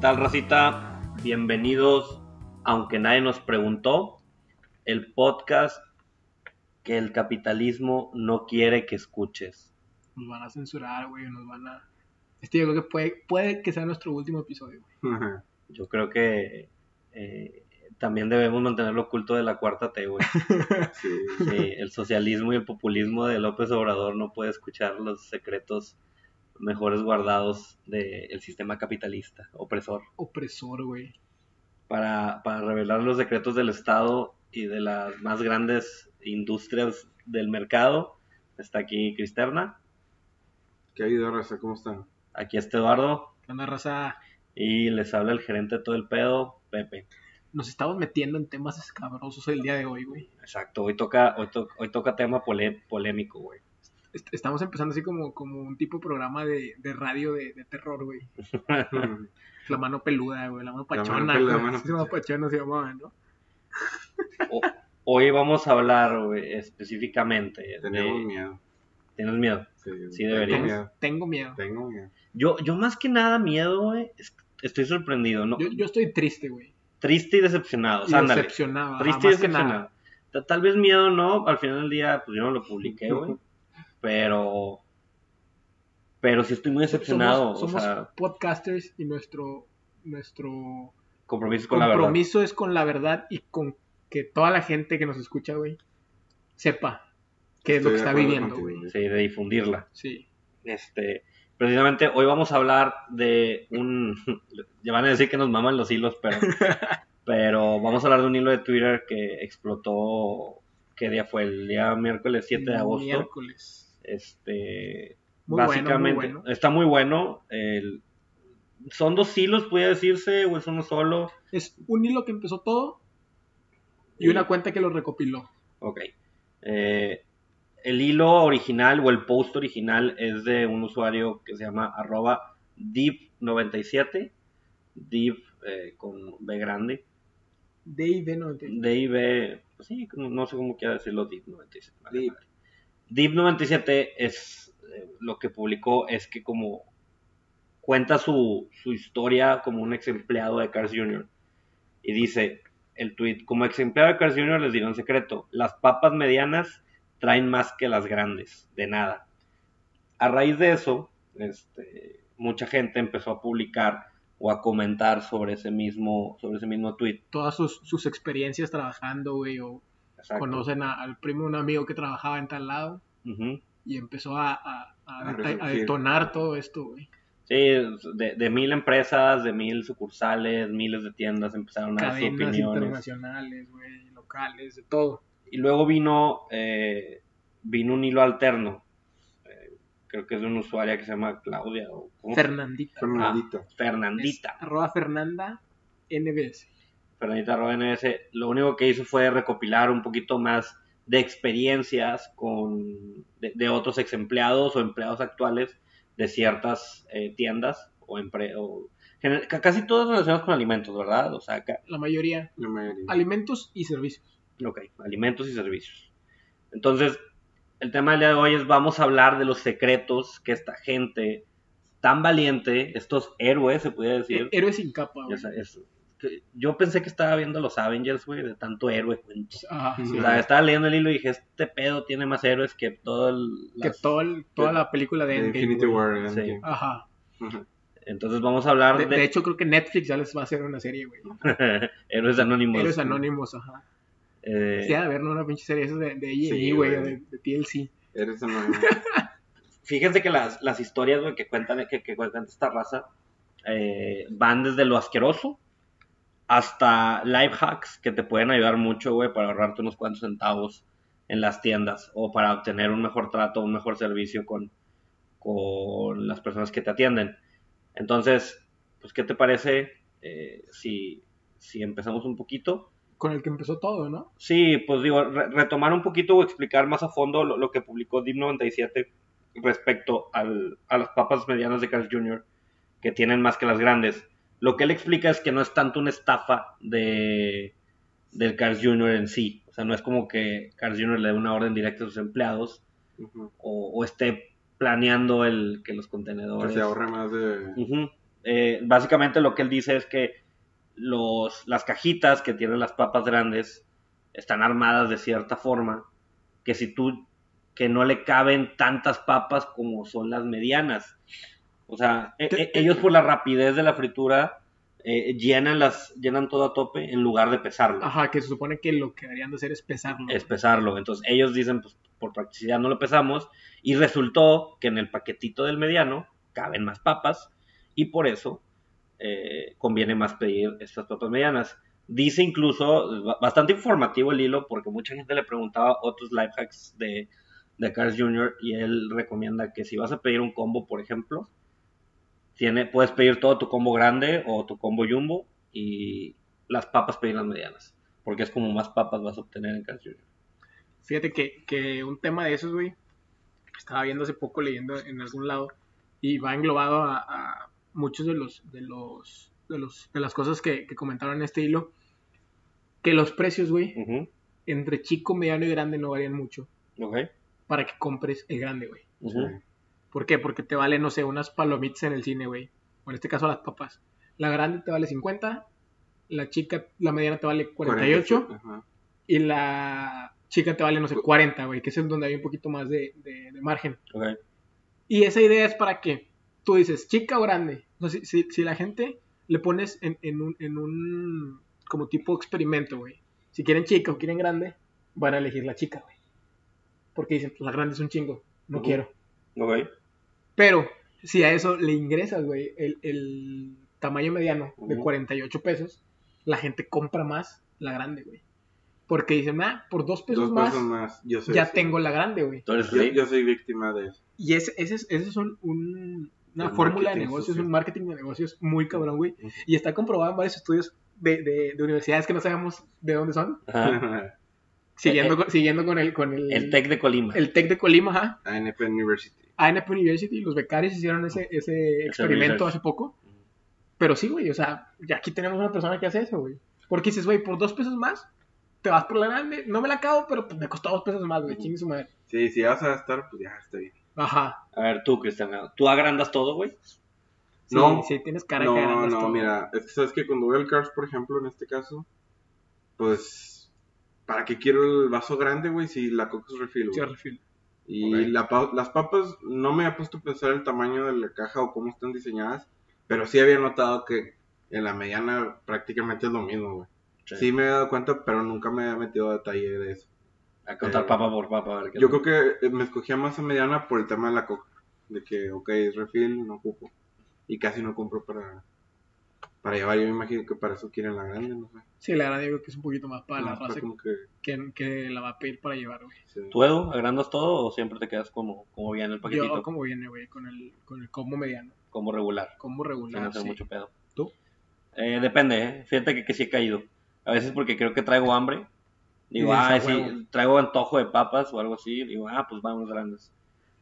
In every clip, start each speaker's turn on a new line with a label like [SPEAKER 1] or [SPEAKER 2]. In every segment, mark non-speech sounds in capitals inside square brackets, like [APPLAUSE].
[SPEAKER 1] tal, racita? Bienvenidos, aunque nadie nos preguntó, el podcast que el capitalismo no quiere que escuches.
[SPEAKER 2] Nos van a censurar, güey, nos van a... Este yo creo que puede, puede que sea nuestro último episodio, güey.
[SPEAKER 1] Yo creo que eh, también debemos mantenerlo oculto de la cuarta T, güey.
[SPEAKER 3] Sí.
[SPEAKER 1] Sí, el socialismo y el populismo de López Obrador no puede escuchar los secretos mejores guardados del sistema capitalista opresor.
[SPEAKER 2] Opresor, güey.
[SPEAKER 1] para, para revelar los secretos del Estado y de las más grandes industrias del mercado. Está aquí Cristerna,
[SPEAKER 3] ¿Qué ha habido, raza?
[SPEAKER 1] [LAUGHS]
[SPEAKER 3] ¿Cómo están?
[SPEAKER 1] aquí está Eduardo
[SPEAKER 2] ¿Qué onda, raza?
[SPEAKER 1] y les habla el gerente de todo el pedo, Pepe.
[SPEAKER 2] Nos estamos metiendo en temas escabrosos el día de hoy, güey.
[SPEAKER 1] Exacto, hoy toca, hoy to- hoy toca tema pole- polémico, güey.
[SPEAKER 2] Est- Estamos empezando así como, como un tipo de programa de, de radio de, de terror, güey.
[SPEAKER 3] Mm,
[SPEAKER 2] La mano peluda, güey. La mano pachona.
[SPEAKER 3] peluda, la
[SPEAKER 2] güey.
[SPEAKER 3] mano
[SPEAKER 2] Sí, la mano pachona se llamaba, ¿no?
[SPEAKER 1] O- hoy vamos a hablar güey, específicamente. de-
[SPEAKER 3] Tenemos miedo.
[SPEAKER 1] ¿Tienes miedo?
[SPEAKER 3] Sí,
[SPEAKER 1] Sí,
[SPEAKER 3] tengo
[SPEAKER 1] deberíamos.
[SPEAKER 3] miedo,
[SPEAKER 2] Tengo miedo.
[SPEAKER 3] Tengo miedo.
[SPEAKER 1] Yo, yo más que nada miedo, güey, es- estoy sorprendido, ¿no?
[SPEAKER 2] Yo, yo estoy triste, güey.
[SPEAKER 1] Triste y decepcionado.
[SPEAKER 2] Y
[SPEAKER 1] ándale.
[SPEAKER 2] decepcionado. ajá,
[SPEAKER 1] Triste y
[SPEAKER 2] más que nada.
[SPEAKER 1] decepcionado. Ta- Tal vez miedo no, al final del día, pues yo no lo publiqué,
[SPEAKER 2] [LAUGHS]
[SPEAKER 1] güey. Pero. Pero sí estoy muy decepcionado.
[SPEAKER 2] Somos, somos
[SPEAKER 1] o sea,
[SPEAKER 2] podcasters y nuestro, nuestro
[SPEAKER 1] compromiso con la
[SPEAKER 2] compromiso es con la verdad y con que toda la gente que nos escucha, güey, sepa qué es lo que
[SPEAKER 3] Estoy de
[SPEAKER 2] está
[SPEAKER 3] acuerdo
[SPEAKER 2] viviendo,
[SPEAKER 3] contigo,
[SPEAKER 2] güey.
[SPEAKER 1] verdad. Sí, de difundirla.
[SPEAKER 2] Sí.
[SPEAKER 1] Este. Precisamente hoy vamos a hablar de un. [LAUGHS] Ya van a decir que nos maman los hilos, pero.
[SPEAKER 2] [LAUGHS]
[SPEAKER 1] pero vamos a hablar de un hilo de Twitter que explotó. ¿Qué día fue? El día miércoles 7 de agosto.
[SPEAKER 2] Miércoles.
[SPEAKER 1] Este.
[SPEAKER 2] Muy
[SPEAKER 1] básicamente
[SPEAKER 2] bueno, muy bueno.
[SPEAKER 1] está muy bueno. el- son dos hilos, podría decirse, o es uno solo.
[SPEAKER 2] Es un hilo que empezó todo y una cuenta que lo recopiló.
[SPEAKER 1] Ok. Eh, el hilo original o el post original es de un usuario que se llama arroba div97. Div eh, con B grande.
[SPEAKER 2] De y de 90.
[SPEAKER 1] DIV, pues sí, no- no sé cómo quiera decirlo, DIV97. vale,
[SPEAKER 3] Div.
[SPEAKER 1] madre. DIV97 es eh, lo que publicó, es que como cuenta su, su historia como un ex empleado de Cars Jr. Y dice el tweet, como ex empleado de Cars Jr. les diré un secreto, las papas medianas traen más que las grandes, de nada. A raíz de eso, este, mucha gente empezó a publicar o a comentar sobre ese mismo, sobre ese mismo tweet.
[SPEAKER 2] Todas sus, sus experiencias trabajando, güey, o
[SPEAKER 1] Exacto.
[SPEAKER 2] conocen a- al primo de un amigo que trabajaba en tal lado
[SPEAKER 1] Ujú.
[SPEAKER 2] y empezó a, a- a
[SPEAKER 3] A
[SPEAKER 2] deta- a
[SPEAKER 3] resurgir.
[SPEAKER 2] detonar todo esto, güey.
[SPEAKER 1] Sí, de, de mil empresas, de mil sucursales, miles de tiendas empezaron a dar sus
[SPEAKER 2] Cadenas
[SPEAKER 1] opiniones.
[SPEAKER 2] internacionales, güey, locales, de todo.
[SPEAKER 1] Y luego vino, eh, vino un hilo alterno. Eh, creo que es de una usuaria que se llama Claudia o ¿cómo?
[SPEAKER 2] Fernandita.
[SPEAKER 3] Fernandita.
[SPEAKER 1] Fernandita.
[SPEAKER 2] Es arroba Fernanda NBS.
[SPEAKER 1] Fernandita arroba NS, lo único que hizo fue recopilar un poquito más de experiencias con, de, de otros ex empleados o empleados actuales de ciertas eh, tiendas o, empre- o gener- ca- casi todas relacionadas con alimentos, ¿verdad? O sea, ca-
[SPEAKER 2] La mayoría.
[SPEAKER 3] La mayoría.
[SPEAKER 2] Alimentos y servicios.
[SPEAKER 1] Ok, alimentos y servicios. Entonces, el tema del día de hoy es vamos a hablar de los secretos que esta gente tan valiente, estos héroes, se podría
[SPEAKER 2] Eh, [LAUGHS]
[SPEAKER 1] decir.
[SPEAKER 2] héroes sin capa, güey.
[SPEAKER 1] O sea, es- que- yo pensé que estaba viendo los Avengers, güey, de tanto héroe. güey.
[SPEAKER 2] Ajá, sí.
[SPEAKER 1] O sea, estaba leyendo el hilo y dije, este pedo tiene más héroes que todo el...
[SPEAKER 2] Que
[SPEAKER 1] las-
[SPEAKER 2] todo el- toda la película de
[SPEAKER 3] De
[SPEAKER 2] Endgame,
[SPEAKER 3] Infinity
[SPEAKER 2] güey.
[SPEAKER 3] War.
[SPEAKER 1] Sí.
[SPEAKER 3] Endgame.
[SPEAKER 2] Ajá.
[SPEAKER 3] Ajá.
[SPEAKER 1] Entonces vamos a hablar
[SPEAKER 2] De,
[SPEAKER 1] de,
[SPEAKER 2] de hecho, creo que Netflix ya les va a hacer una serie, güey.
[SPEAKER 1] [LAUGHS] héroes anónimos.
[SPEAKER 2] Héroes anónimos, ajá.
[SPEAKER 1] Eh,
[SPEAKER 2] Sí, a ver, no una pinche serie esa de, de A&E,
[SPEAKER 3] Sí,
[SPEAKER 2] güey,
[SPEAKER 3] güey.
[SPEAKER 2] de, de TLC.
[SPEAKER 3] [LAUGHS] Eres anónimo.
[SPEAKER 2] [LAUGHS]
[SPEAKER 1] fíjense que las, las historias güey, que cuentan que, que cuentan esta raza eh, van desde lo asqueroso hasta life hacks que te pueden ayudar mucho, güey, para ahorrarte unos cuantos centavos en las tiendas o para obtener un mejor trato, un mejor servicio con, con las personas que te atienden. Entonces, pues, ¿qué te parece eh, si, si empezamos un poquito?
[SPEAKER 2] Con el que empezó todo, ¿no?
[SPEAKER 1] Sí, pues digo, re- retomar un poquito o explicar más a fondo lo, lo que publicó DIM97 respecto al- a las papas medianas de Carl Jr., que tienen más que las grandes. Lo que él explica es que no es tanto una estafa de, del Carl Jr. en sí. O sea, no es como que Carl Jr. le dé una orden directa a sus empleados
[SPEAKER 3] Ujú.
[SPEAKER 1] o, o esté planeando el que los
[SPEAKER 3] Que
[SPEAKER 1] contenedores...
[SPEAKER 3] se ahorre más de
[SPEAKER 1] Ujú. eh, básicamente lo que él dice es que los, las cajitas que tienen las papas grandes están armadas de cierta forma que si tú que no le caben tantas papas como son las medianas. O sea, e-
[SPEAKER 2] Te-
[SPEAKER 1] e- ellos por la rapidez de la fritura eh, llenan las llenan todo a tope en lugar de pesarlo.
[SPEAKER 2] Ajá, que se supone que lo que deberían de hacer es pesarlo.
[SPEAKER 1] es pesarlo. Entonces ellos dicen, pues por practicidad no lo pesamos. Y resultó que en el paquetito del mediano caben más papas y por eso eh, conviene más pedir estas papas medianas. Dice incluso, ba- bastante informativo el hilo, porque mucha gente le preguntaba otros life hacks de, de Carl Jr. y él recomienda que si vas a pedir un combo, por ejemplo, tiene, puedes pedir todo tu combo grande o tu combo jumbo y las papas pedir las medianas, porque es como más papas vas a obtener en Carl Jr.
[SPEAKER 2] Fíjate que, que un tema de esos, güey, estaba viendo hace poco leyendo en algún lado y va englobado a, a muchos de los, de los, de los, de las cosas que, que comentaron en este hilo, que los precios, güey,
[SPEAKER 1] Ujú,
[SPEAKER 2] entre chico, mediano y grande no varían mucho
[SPEAKER 1] ok,
[SPEAKER 2] para que compres el grande, güey.
[SPEAKER 1] ujú,
[SPEAKER 2] ¿Por qué? Porque te vale, no sé, unas palomitas en el cine, güey. O en este caso las papas. La grande te vale 50, la chica, la mediana te vale 48
[SPEAKER 3] Ajá.
[SPEAKER 2] y la chica te vale, no sé, 40, güey, que es en donde hay un poquito más de, de- de margen.
[SPEAKER 1] ok.
[SPEAKER 2] Y esa idea es para que tú dices, chica o grande. O sea, si, si- si la gente le pones en, en un, en un como tipo experimento, güey. Si quieren chica o quieren grande, van a elegir la chica, güey. Porque dicen, pues la grande es un chingo, no
[SPEAKER 1] Ujú.
[SPEAKER 2] quiero.
[SPEAKER 1] ok.
[SPEAKER 2] Pero si a eso le ingresas, güey, el, el tamaño mediano de
[SPEAKER 1] Ujú.
[SPEAKER 2] 48 pesos, la gente compra más la grande, güey. Porque dicen, ah, por dos pesos
[SPEAKER 3] Dos
[SPEAKER 2] más,
[SPEAKER 3] pesos más. Yo soy
[SPEAKER 2] ya
[SPEAKER 3] así.
[SPEAKER 2] tengo la grande, güey.
[SPEAKER 1] Tú eres
[SPEAKER 3] Yo,
[SPEAKER 1] así.
[SPEAKER 3] yo soy víctima de eso.
[SPEAKER 2] Y ese, ese, es- ese es un, un- una
[SPEAKER 3] El
[SPEAKER 2] fórmula de
[SPEAKER 3] marketing
[SPEAKER 2] negocios,
[SPEAKER 3] sucio.
[SPEAKER 2] un marketing de negocios muy cabrón, güey.
[SPEAKER 3] Ujú.
[SPEAKER 2] Y está comprobado en varios estudios de, de- de universidades que no sabemos de dónde son.
[SPEAKER 3] [LAUGHS]
[SPEAKER 1] Ajá.
[SPEAKER 2] Ah. Siguiendo, con, siguiendo con el, con el,
[SPEAKER 1] El Tec de Colima.
[SPEAKER 2] el Tec de Colima, ajá.
[SPEAKER 3] ANP University.
[SPEAKER 2] ANP University, los becarios hicieron ese, ese experimento
[SPEAKER 1] research.
[SPEAKER 2] hace poco. Pero sí, güey, o sea, ya aquí tenemos una persona que hace eso, güey. Porque dices, güey, por dos pesos más, te vas por la grande. No me la acabo, pero pues, me costó dos pesos más, güey,
[SPEAKER 1] Ujú.
[SPEAKER 2] chingue su madre.
[SPEAKER 3] Sí, si vas a estar, pues ya está bien.
[SPEAKER 2] Ajá.
[SPEAKER 1] A ver, tú, Cristian, ¿tú agrandas todo, güey?
[SPEAKER 2] Sí,
[SPEAKER 3] No.
[SPEAKER 2] sí, tienes cara de que
[SPEAKER 3] no,
[SPEAKER 2] agrandas
[SPEAKER 3] no,
[SPEAKER 2] todo.
[SPEAKER 3] mira, es que sabes que cuando veo el Cars, por ejemplo, en este caso, pues, ¿para qué quiero el vaso grande, güey? Si la coca es refill,
[SPEAKER 2] Sí,
[SPEAKER 3] güey.
[SPEAKER 2] refill.
[SPEAKER 3] Y
[SPEAKER 1] Ok.
[SPEAKER 3] la pa- las papas, no me ha puesto a pensar el tamaño de la caja o cómo están diseñadas, pero sí había notado que en la mediana prácticamente es lo mismo, güey. Sí. me he dado cuenta, pero nunca me he metido a detalle de eso.
[SPEAKER 1] A contar
[SPEAKER 3] Eh,
[SPEAKER 1] papa por papa, a ver qué
[SPEAKER 3] Yo
[SPEAKER 1] tal.
[SPEAKER 3] creo que eh, me escogía más a mediana por el tema de la coca. De que, ok, es refill, no ocupo. Y casi no compro para, para llevar. Yo me imagino que para eso quieren la grande, no sé.
[SPEAKER 2] Sí, la grande digo que es un poquito más
[SPEAKER 1] Ah,
[SPEAKER 2] para
[SPEAKER 3] No,
[SPEAKER 2] la
[SPEAKER 3] está
[SPEAKER 2] raza
[SPEAKER 3] como que,
[SPEAKER 2] que, que la va a pedir para llevar, güey.
[SPEAKER 3] sí.
[SPEAKER 1] ¿Tú, Edu, agrandas todo o siempre te quedas como, como bien el paquetito?
[SPEAKER 2] Yo como viene, güey, con el, con el combo mediano,
[SPEAKER 1] Como regular,
[SPEAKER 2] combo
[SPEAKER 1] sin
[SPEAKER 2] regular.
[SPEAKER 1] hacer
[SPEAKER 2] sí.
[SPEAKER 1] mucho pedo.
[SPEAKER 2] ¿Tú?
[SPEAKER 1] Eh, depende, ¿eh? Fíjate que, que sí he caído. A veces porque creo que traigo hambre. Digo,
[SPEAKER 2] Y dices,
[SPEAKER 1] ah,
[SPEAKER 2] "A huevo".
[SPEAKER 1] sí, traigo antojo de papas o algo así. Digo, ah, pues vamos grandes.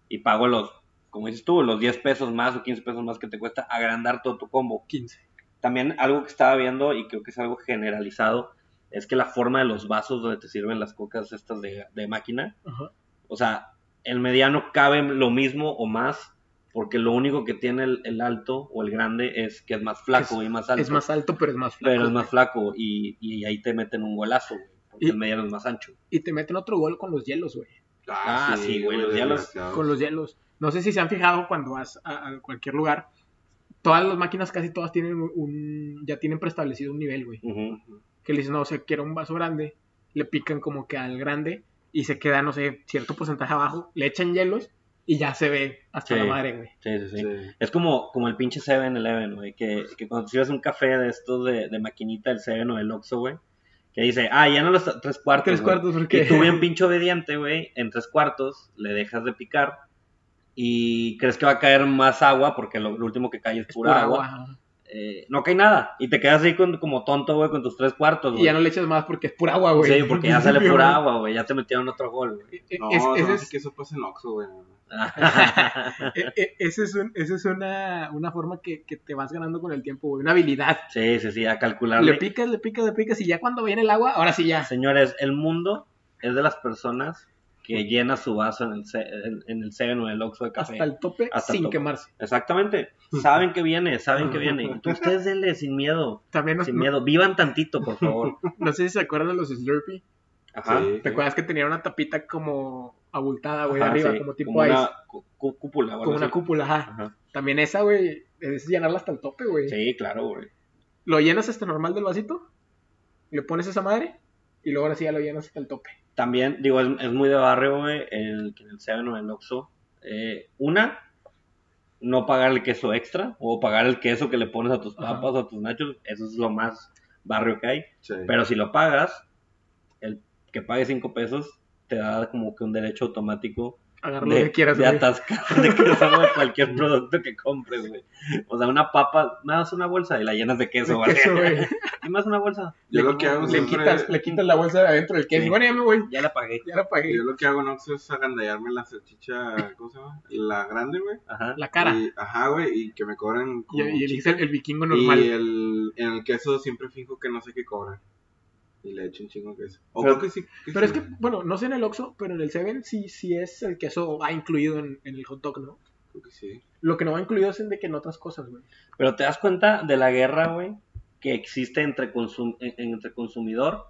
[SPEAKER 1] Y pago los, como dices tú, los 10 pesos más o 15 pesos más que te cuesta agrandar todo tu combo.
[SPEAKER 2] 15.
[SPEAKER 1] También algo que estaba viendo y creo que es algo generalizado es que la forma de los vasos donde te sirven las cocas estas de, de máquina,
[SPEAKER 2] Ajá.
[SPEAKER 1] o sea, el mediano cabe lo mismo o más porque lo único que tiene el, el alto o el grande es que es más flaco y más alto,
[SPEAKER 2] Es más alto, pero es más flaco.
[SPEAKER 1] pero es
[SPEAKER 2] güey.
[SPEAKER 1] más flaco y, y ahí te meten un golazo, güey, porque
[SPEAKER 2] Y-
[SPEAKER 1] el mediano es más ancho.
[SPEAKER 2] Y te meten otro gol con los hielos, güey.
[SPEAKER 1] Ah, sí, güey, los diálogos
[SPEAKER 3] desgraciados.
[SPEAKER 2] con los hielos. No sé si se han fijado cuando vas a, a cualquier lugar. Todas las máquinas, casi todas tienen un- un. Ya tienen preestablecido un nivel, güey.
[SPEAKER 1] Ujú.
[SPEAKER 2] Que le dicen, no, o sea, quiero un vaso grande. Le pican como que al grande. Y se queda, no sé, cierto porcentaje abajo. Le echan hielos. Y ya se ve hasta
[SPEAKER 1] Sí.
[SPEAKER 2] la madre, güey.
[SPEAKER 1] Sí, sí, sí.
[SPEAKER 3] Sí.
[SPEAKER 1] Es como, como el pinche 7-Eleven, güey, que, que cuando te sirves un café de estos de, de maquinita del 7 o del Oxxo, güey, que dice, ah, ya no los tres cuartos.
[SPEAKER 2] Tres
[SPEAKER 1] güey".
[SPEAKER 2] cuartos, porque.
[SPEAKER 1] Que tú
[SPEAKER 2] [LAUGHS]
[SPEAKER 1] bien pinche obediente, güey, en tres cuartos le dejas de picar y crees que va a caer más agua porque lo, lo último que cae es pura,
[SPEAKER 2] Pura
[SPEAKER 1] agua.
[SPEAKER 2] agua. ajá.
[SPEAKER 1] Eh, no cae nada y te quedas ahí con- como tonto, güey, con tus tres cuartos,
[SPEAKER 2] Y
[SPEAKER 1] güey.
[SPEAKER 2] ya no le echas más porque es pura agua, güey.
[SPEAKER 1] Sí, porque ya
[SPEAKER 2] [LAUGHS]
[SPEAKER 1] sale pura agua, güey, ya te metieron otro gol, güey. [LAUGHS]
[SPEAKER 2] E- e-
[SPEAKER 3] No,
[SPEAKER 2] es-
[SPEAKER 3] no,
[SPEAKER 2] ese
[SPEAKER 3] no,
[SPEAKER 2] es-
[SPEAKER 3] es que eso pasa en Oxxo, güey.
[SPEAKER 2] e- e- ese es un- esa es una, una forma que, que te vas ganando con el tiempo, güey. Una habilidad.
[SPEAKER 1] sí, sí, sí, a
[SPEAKER 2] Le
[SPEAKER 1] calcularle.
[SPEAKER 2] picas, le picas, le picas y ya cuando viene el agua, ahora sí ya.
[SPEAKER 1] Señores, el mundo es de las personas que llena su vaso en el, se- en, en el Seven o en el Oxxo de café.
[SPEAKER 2] Hasta el tope
[SPEAKER 1] Hasta el
[SPEAKER 2] sin
[SPEAKER 1] tope.
[SPEAKER 2] quemarse.
[SPEAKER 1] Exactamente. Saben que viene, saben que viene.
[SPEAKER 2] [LAUGHS]
[SPEAKER 1] Y tú, ustedes denle sin miedo,
[SPEAKER 2] También nos,
[SPEAKER 1] sin miedo. Vivan tantito, por [LAUGHS] favor.
[SPEAKER 2] no sé si se acuerdan de los Slurpee.
[SPEAKER 1] Ajá.
[SPEAKER 3] Sí,
[SPEAKER 2] ¿Te
[SPEAKER 3] sí.
[SPEAKER 2] acuerdas que tenía una tapita como abultada, güey,
[SPEAKER 1] Ajá,
[SPEAKER 2] arriba,
[SPEAKER 1] sí.
[SPEAKER 2] como tipo ice?
[SPEAKER 1] una cu- cu- cúpula. o algo
[SPEAKER 2] como una
[SPEAKER 1] así.
[SPEAKER 2] cúpula, ajá.
[SPEAKER 1] Ajá.
[SPEAKER 2] También esa, güey, es llenarla hasta el tope, güey.
[SPEAKER 1] Sí, claro, güey.
[SPEAKER 2] Lo llenas hasta normal del vasito, le pones esa madre y luego ahora sí ya lo llenas hasta el tope.
[SPEAKER 1] También, digo, es, es muy de barrio, güey, el, que en el Seven o en el Oxxo. Eh, una, no pagar el queso extra o pagar el queso que le pones a tus
[SPEAKER 2] Ajá.
[SPEAKER 1] papas o a tus nachos. Eso es lo más barrio que hay.
[SPEAKER 3] Sí.
[SPEAKER 1] Pero si lo pagas, el que pague 5 pesos te da como que un derecho automático
[SPEAKER 2] Agarra lo
[SPEAKER 1] de,
[SPEAKER 2] que quieras,
[SPEAKER 1] de
[SPEAKER 2] güey.
[SPEAKER 1] atascar de queso de cualquier producto que compres, güey. O sea, una papa, me das una bolsa y la llenas de queso,
[SPEAKER 2] De
[SPEAKER 1] ¿vale?
[SPEAKER 2] queso, güey.
[SPEAKER 1] Y más una bolsa,
[SPEAKER 3] [LAUGHS] Yo lo que hago
[SPEAKER 2] Le
[SPEAKER 3] siempre-
[SPEAKER 2] quitas, le quitas la bolsa de adentro del queso.
[SPEAKER 1] Sí.
[SPEAKER 2] Bueno, ya me voy,
[SPEAKER 1] ya la pagué.
[SPEAKER 2] ya la pagué.
[SPEAKER 3] Yo lo que hago en Oxxo es agandallarme la salchicha, ¿cómo se llama? La grande, güey.
[SPEAKER 1] Ajá.
[SPEAKER 2] La cara.
[SPEAKER 3] Y- ajá, güey, y que me cobren
[SPEAKER 2] Y,
[SPEAKER 3] como...
[SPEAKER 2] y eliges el, el vikingo
[SPEAKER 3] Y
[SPEAKER 2] normal.
[SPEAKER 3] el, en el queso siempre fijo que no sé qué cobran. Y le echo un chingo de queso. O
[SPEAKER 1] Pero-
[SPEAKER 3] creo que sí. que
[SPEAKER 2] Pero es
[SPEAKER 3] sí.
[SPEAKER 2] que, bueno, no sé en el Oxxo, pero en el Seven sí, sí es el queso va incluido en, en el hot dog, ¿no?
[SPEAKER 3] Creo que sí.
[SPEAKER 2] Lo que no va incluido es en de que en otras cosas, güey.
[SPEAKER 1] Pero te das cuenta de la guerra, güey, que existe entre, consum- en- entre consumidor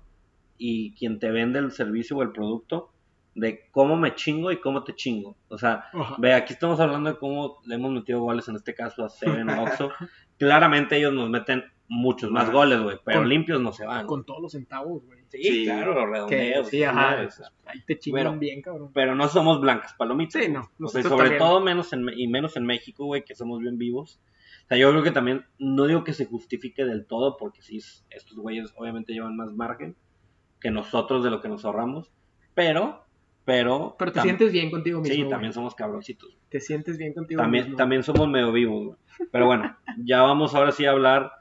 [SPEAKER 1] y quien te vende el servicio o el producto, de cómo me chingo y cómo te chingo. O sea,
[SPEAKER 2] Ah,
[SPEAKER 1] Ve, aquí estamos hablando de cómo le hemos metido goles en este caso a Seven o
[SPEAKER 2] [LAUGHS]
[SPEAKER 1] Oxxo. Claramente ellos nos meten muchos más
[SPEAKER 3] Más.
[SPEAKER 1] goles, güey, pero
[SPEAKER 2] Con-
[SPEAKER 1] limpios no se van.
[SPEAKER 2] Con todos los centavos, güey.
[SPEAKER 1] Sí,
[SPEAKER 3] Sí.
[SPEAKER 1] claro, los
[SPEAKER 2] Que,
[SPEAKER 1] redondeos.
[SPEAKER 2] sí,
[SPEAKER 1] ¿no?
[SPEAKER 2] ajá.
[SPEAKER 1] O sea,
[SPEAKER 2] Ahí te chingan
[SPEAKER 1] Bueno.
[SPEAKER 2] bien, cabrón.
[SPEAKER 1] Pero no somos blancas palomitas.
[SPEAKER 2] Sí, no,
[SPEAKER 1] O sea,
[SPEAKER 2] nosotros
[SPEAKER 1] sobre
[SPEAKER 2] también.
[SPEAKER 1] todo menos en, y menos en México, güey, que somos bien vivos. O sea, yo creo que también, no digo que se justifique del todo, porque sí, es- estos güeyes obviamente llevan más margen que nosotros de lo que nos ahorramos, pero, pero...
[SPEAKER 2] Pero te
[SPEAKER 1] tam-
[SPEAKER 2] sientes bien contigo mismo.
[SPEAKER 1] Sí,
[SPEAKER 2] güey.
[SPEAKER 1] también somos cabroncitos.
[SPEAKER 2] Te sientes bien contigo
[SPEAKER 1] También,
[SPEAKER 2] mismo.
[SPEAKER 1] también somos medio vivos, güey. Pero
[SPEAKER 2] [LAUGHS]
[SPEAKER 1] bueno, ya vamos ahora sí a hablar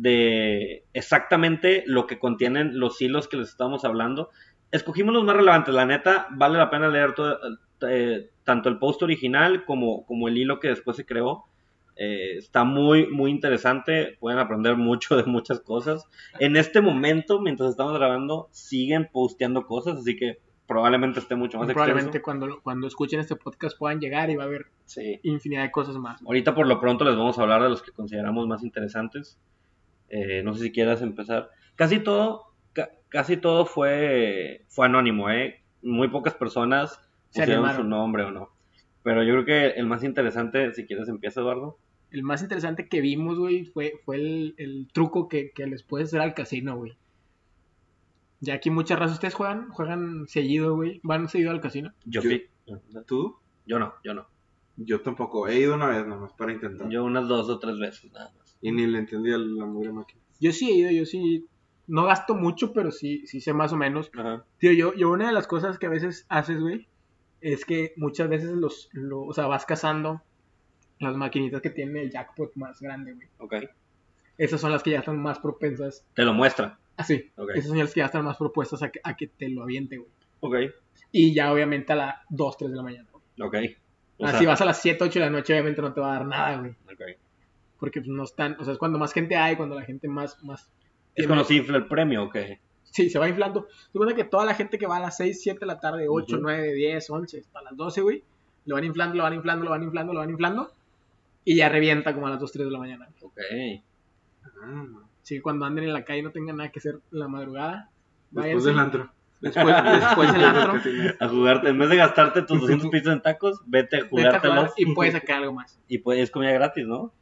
[SPEAKER 1] de exactamente lo que contienen los hilos que les estamos hablando. Escogimos los más relevantes, la neta, vale la pena leer todo, eh, tanto el post original como, como el hilo que después se creó. Eh, está muy, muy interesante, pueden aprender mucho de muchas cosas. En este momento, mientras estamos grabando, siguen posteando cosas, así que probablemente esté mucho más
[SPEAKER 2] Probablemente
[SPEAKER 1] extenso.
[SPEAKER 2] cuando, cuando escuchen este podcast puedan llegar y va a haber
[SPEAKER 1] Sí.
[SPEAKER 2] infinidad de cosas más.
[SPEAKER 1] Ahorita por lo pronto les vamos a hablar de los que consideramos más interesantes. Eh, no sé si quieras empezar. Casi todo, ca- casi todo fue, fue anónimo, ¿eh? Muy pocas personas
[SPEAKER 2] Se
[SPEAKER 1] pusieron
[SPEAKER 2] animaron.
[SPEAKER 1] su nombre o no. Pero yo creo que el más interesante, si quieres, empieza Eduardo.
[SPEAKER 2] El más interesante que vimos, güey, fue, fue el, el truco que, que les puedes hacer al casino, güey. Ya aquí muchas razas, ustedes juegan, juegan seguido, güey. Van seguido al casino.
[SPEAKER 1] Yo,
[SPEAKER 3] Yo-
[SPEAKER 1] sí.
[SPEAKER 3] ¿Tú?
[SPEAKER 1] Yo no, yo no.
[SPEAKER 3] Yo tampoco. He ido una vez nomás para intentar.
[SPEAKER 1] Yo unas dos o tres veces nada más.
[SPEAKER 3] Y ni le entendí a la mugre máquina.
[SPEAKER 2] Yo sí he ido, yo sí. No gasto mucho, pero sí, sí sé más o menos.
[SPEAKER 1] Ajá.
[SPEAKER 2] Tío, yo, yo una de las cosas que a veces haces, güey, es que muchas veces los, lo- o sea, vas cazando las maquinitas que tienen el jackpot más grande, güey.
[SPEAKER 1] Ok.
[SPEAKER 2] Esas son las que ya están más propensas.
[SPEAKER 1] Te lo muestra.
[SPEAKER 2] Así.
[SPEAKER 1] Ok.
[SPEAKER 2] Esas son las que ya están más propuestas a que, a que te lo aviente, güey.
[SPEAKER 1] Ok.
[SPEAKER 2] Y ya obviamente a las 2, 3 de la mañana. güey.
[SPEAKER 1] Ok. O
[SPEAKER 2] Ahora,
[SPEAKER 1] sea,
[SPEAKER 2] si vas a las 7, 8 de la noche, obviamente no te va a dar nada, güey.
[SPEAKER 1] ok.
[SPEAKER 2] Porque pues, no están, o sea, es cuando más gente hay, cuando la gente más, más...
[SPEAKER 1] ¿Es
[SPEAKER 2] tiene-
[SPEAKER 1] cuando se infla el premio o qué?
[SPEAKER 2] Sí, se va inflando. Recuerda que toda la gente que va a las 6, 7 de la tarde, 8,
[SPEAKER 1] Ujú.
[SPEAKER 2] 9, 10, 11, hasta las 12, güey, lo van inflando, lo van inflando, lo van inflando, lo van inflando. Y ya revienta como a las 2, 3 de la mañana.
[SPEAKER 1] Ok.
[SPEAKER 3] Ah,
[SPEAKER 2] Así que cuando anden en la calle no tengan nada que hacer en la madrugada.
[SPEAKER 3] después
[SPEAKER 2] váyanse.
[SPEAKER 3] del antro.
[SPEAKER 2] Después,
[SPEAKER 1] [LAUGHS]
[SPEAKER 2] después del antro.
[SPEAKER 1] A jugarte, en vez de gastarte tus 200 pisos en tacos, vete a
[SPEAKER 2] vete a jugar
[SPEAKER 1] jugártelos.
[SPEAKER 2] y puedes sacar algo más.
[SPEAKER 1] Y pues es comida gratis, ¿no?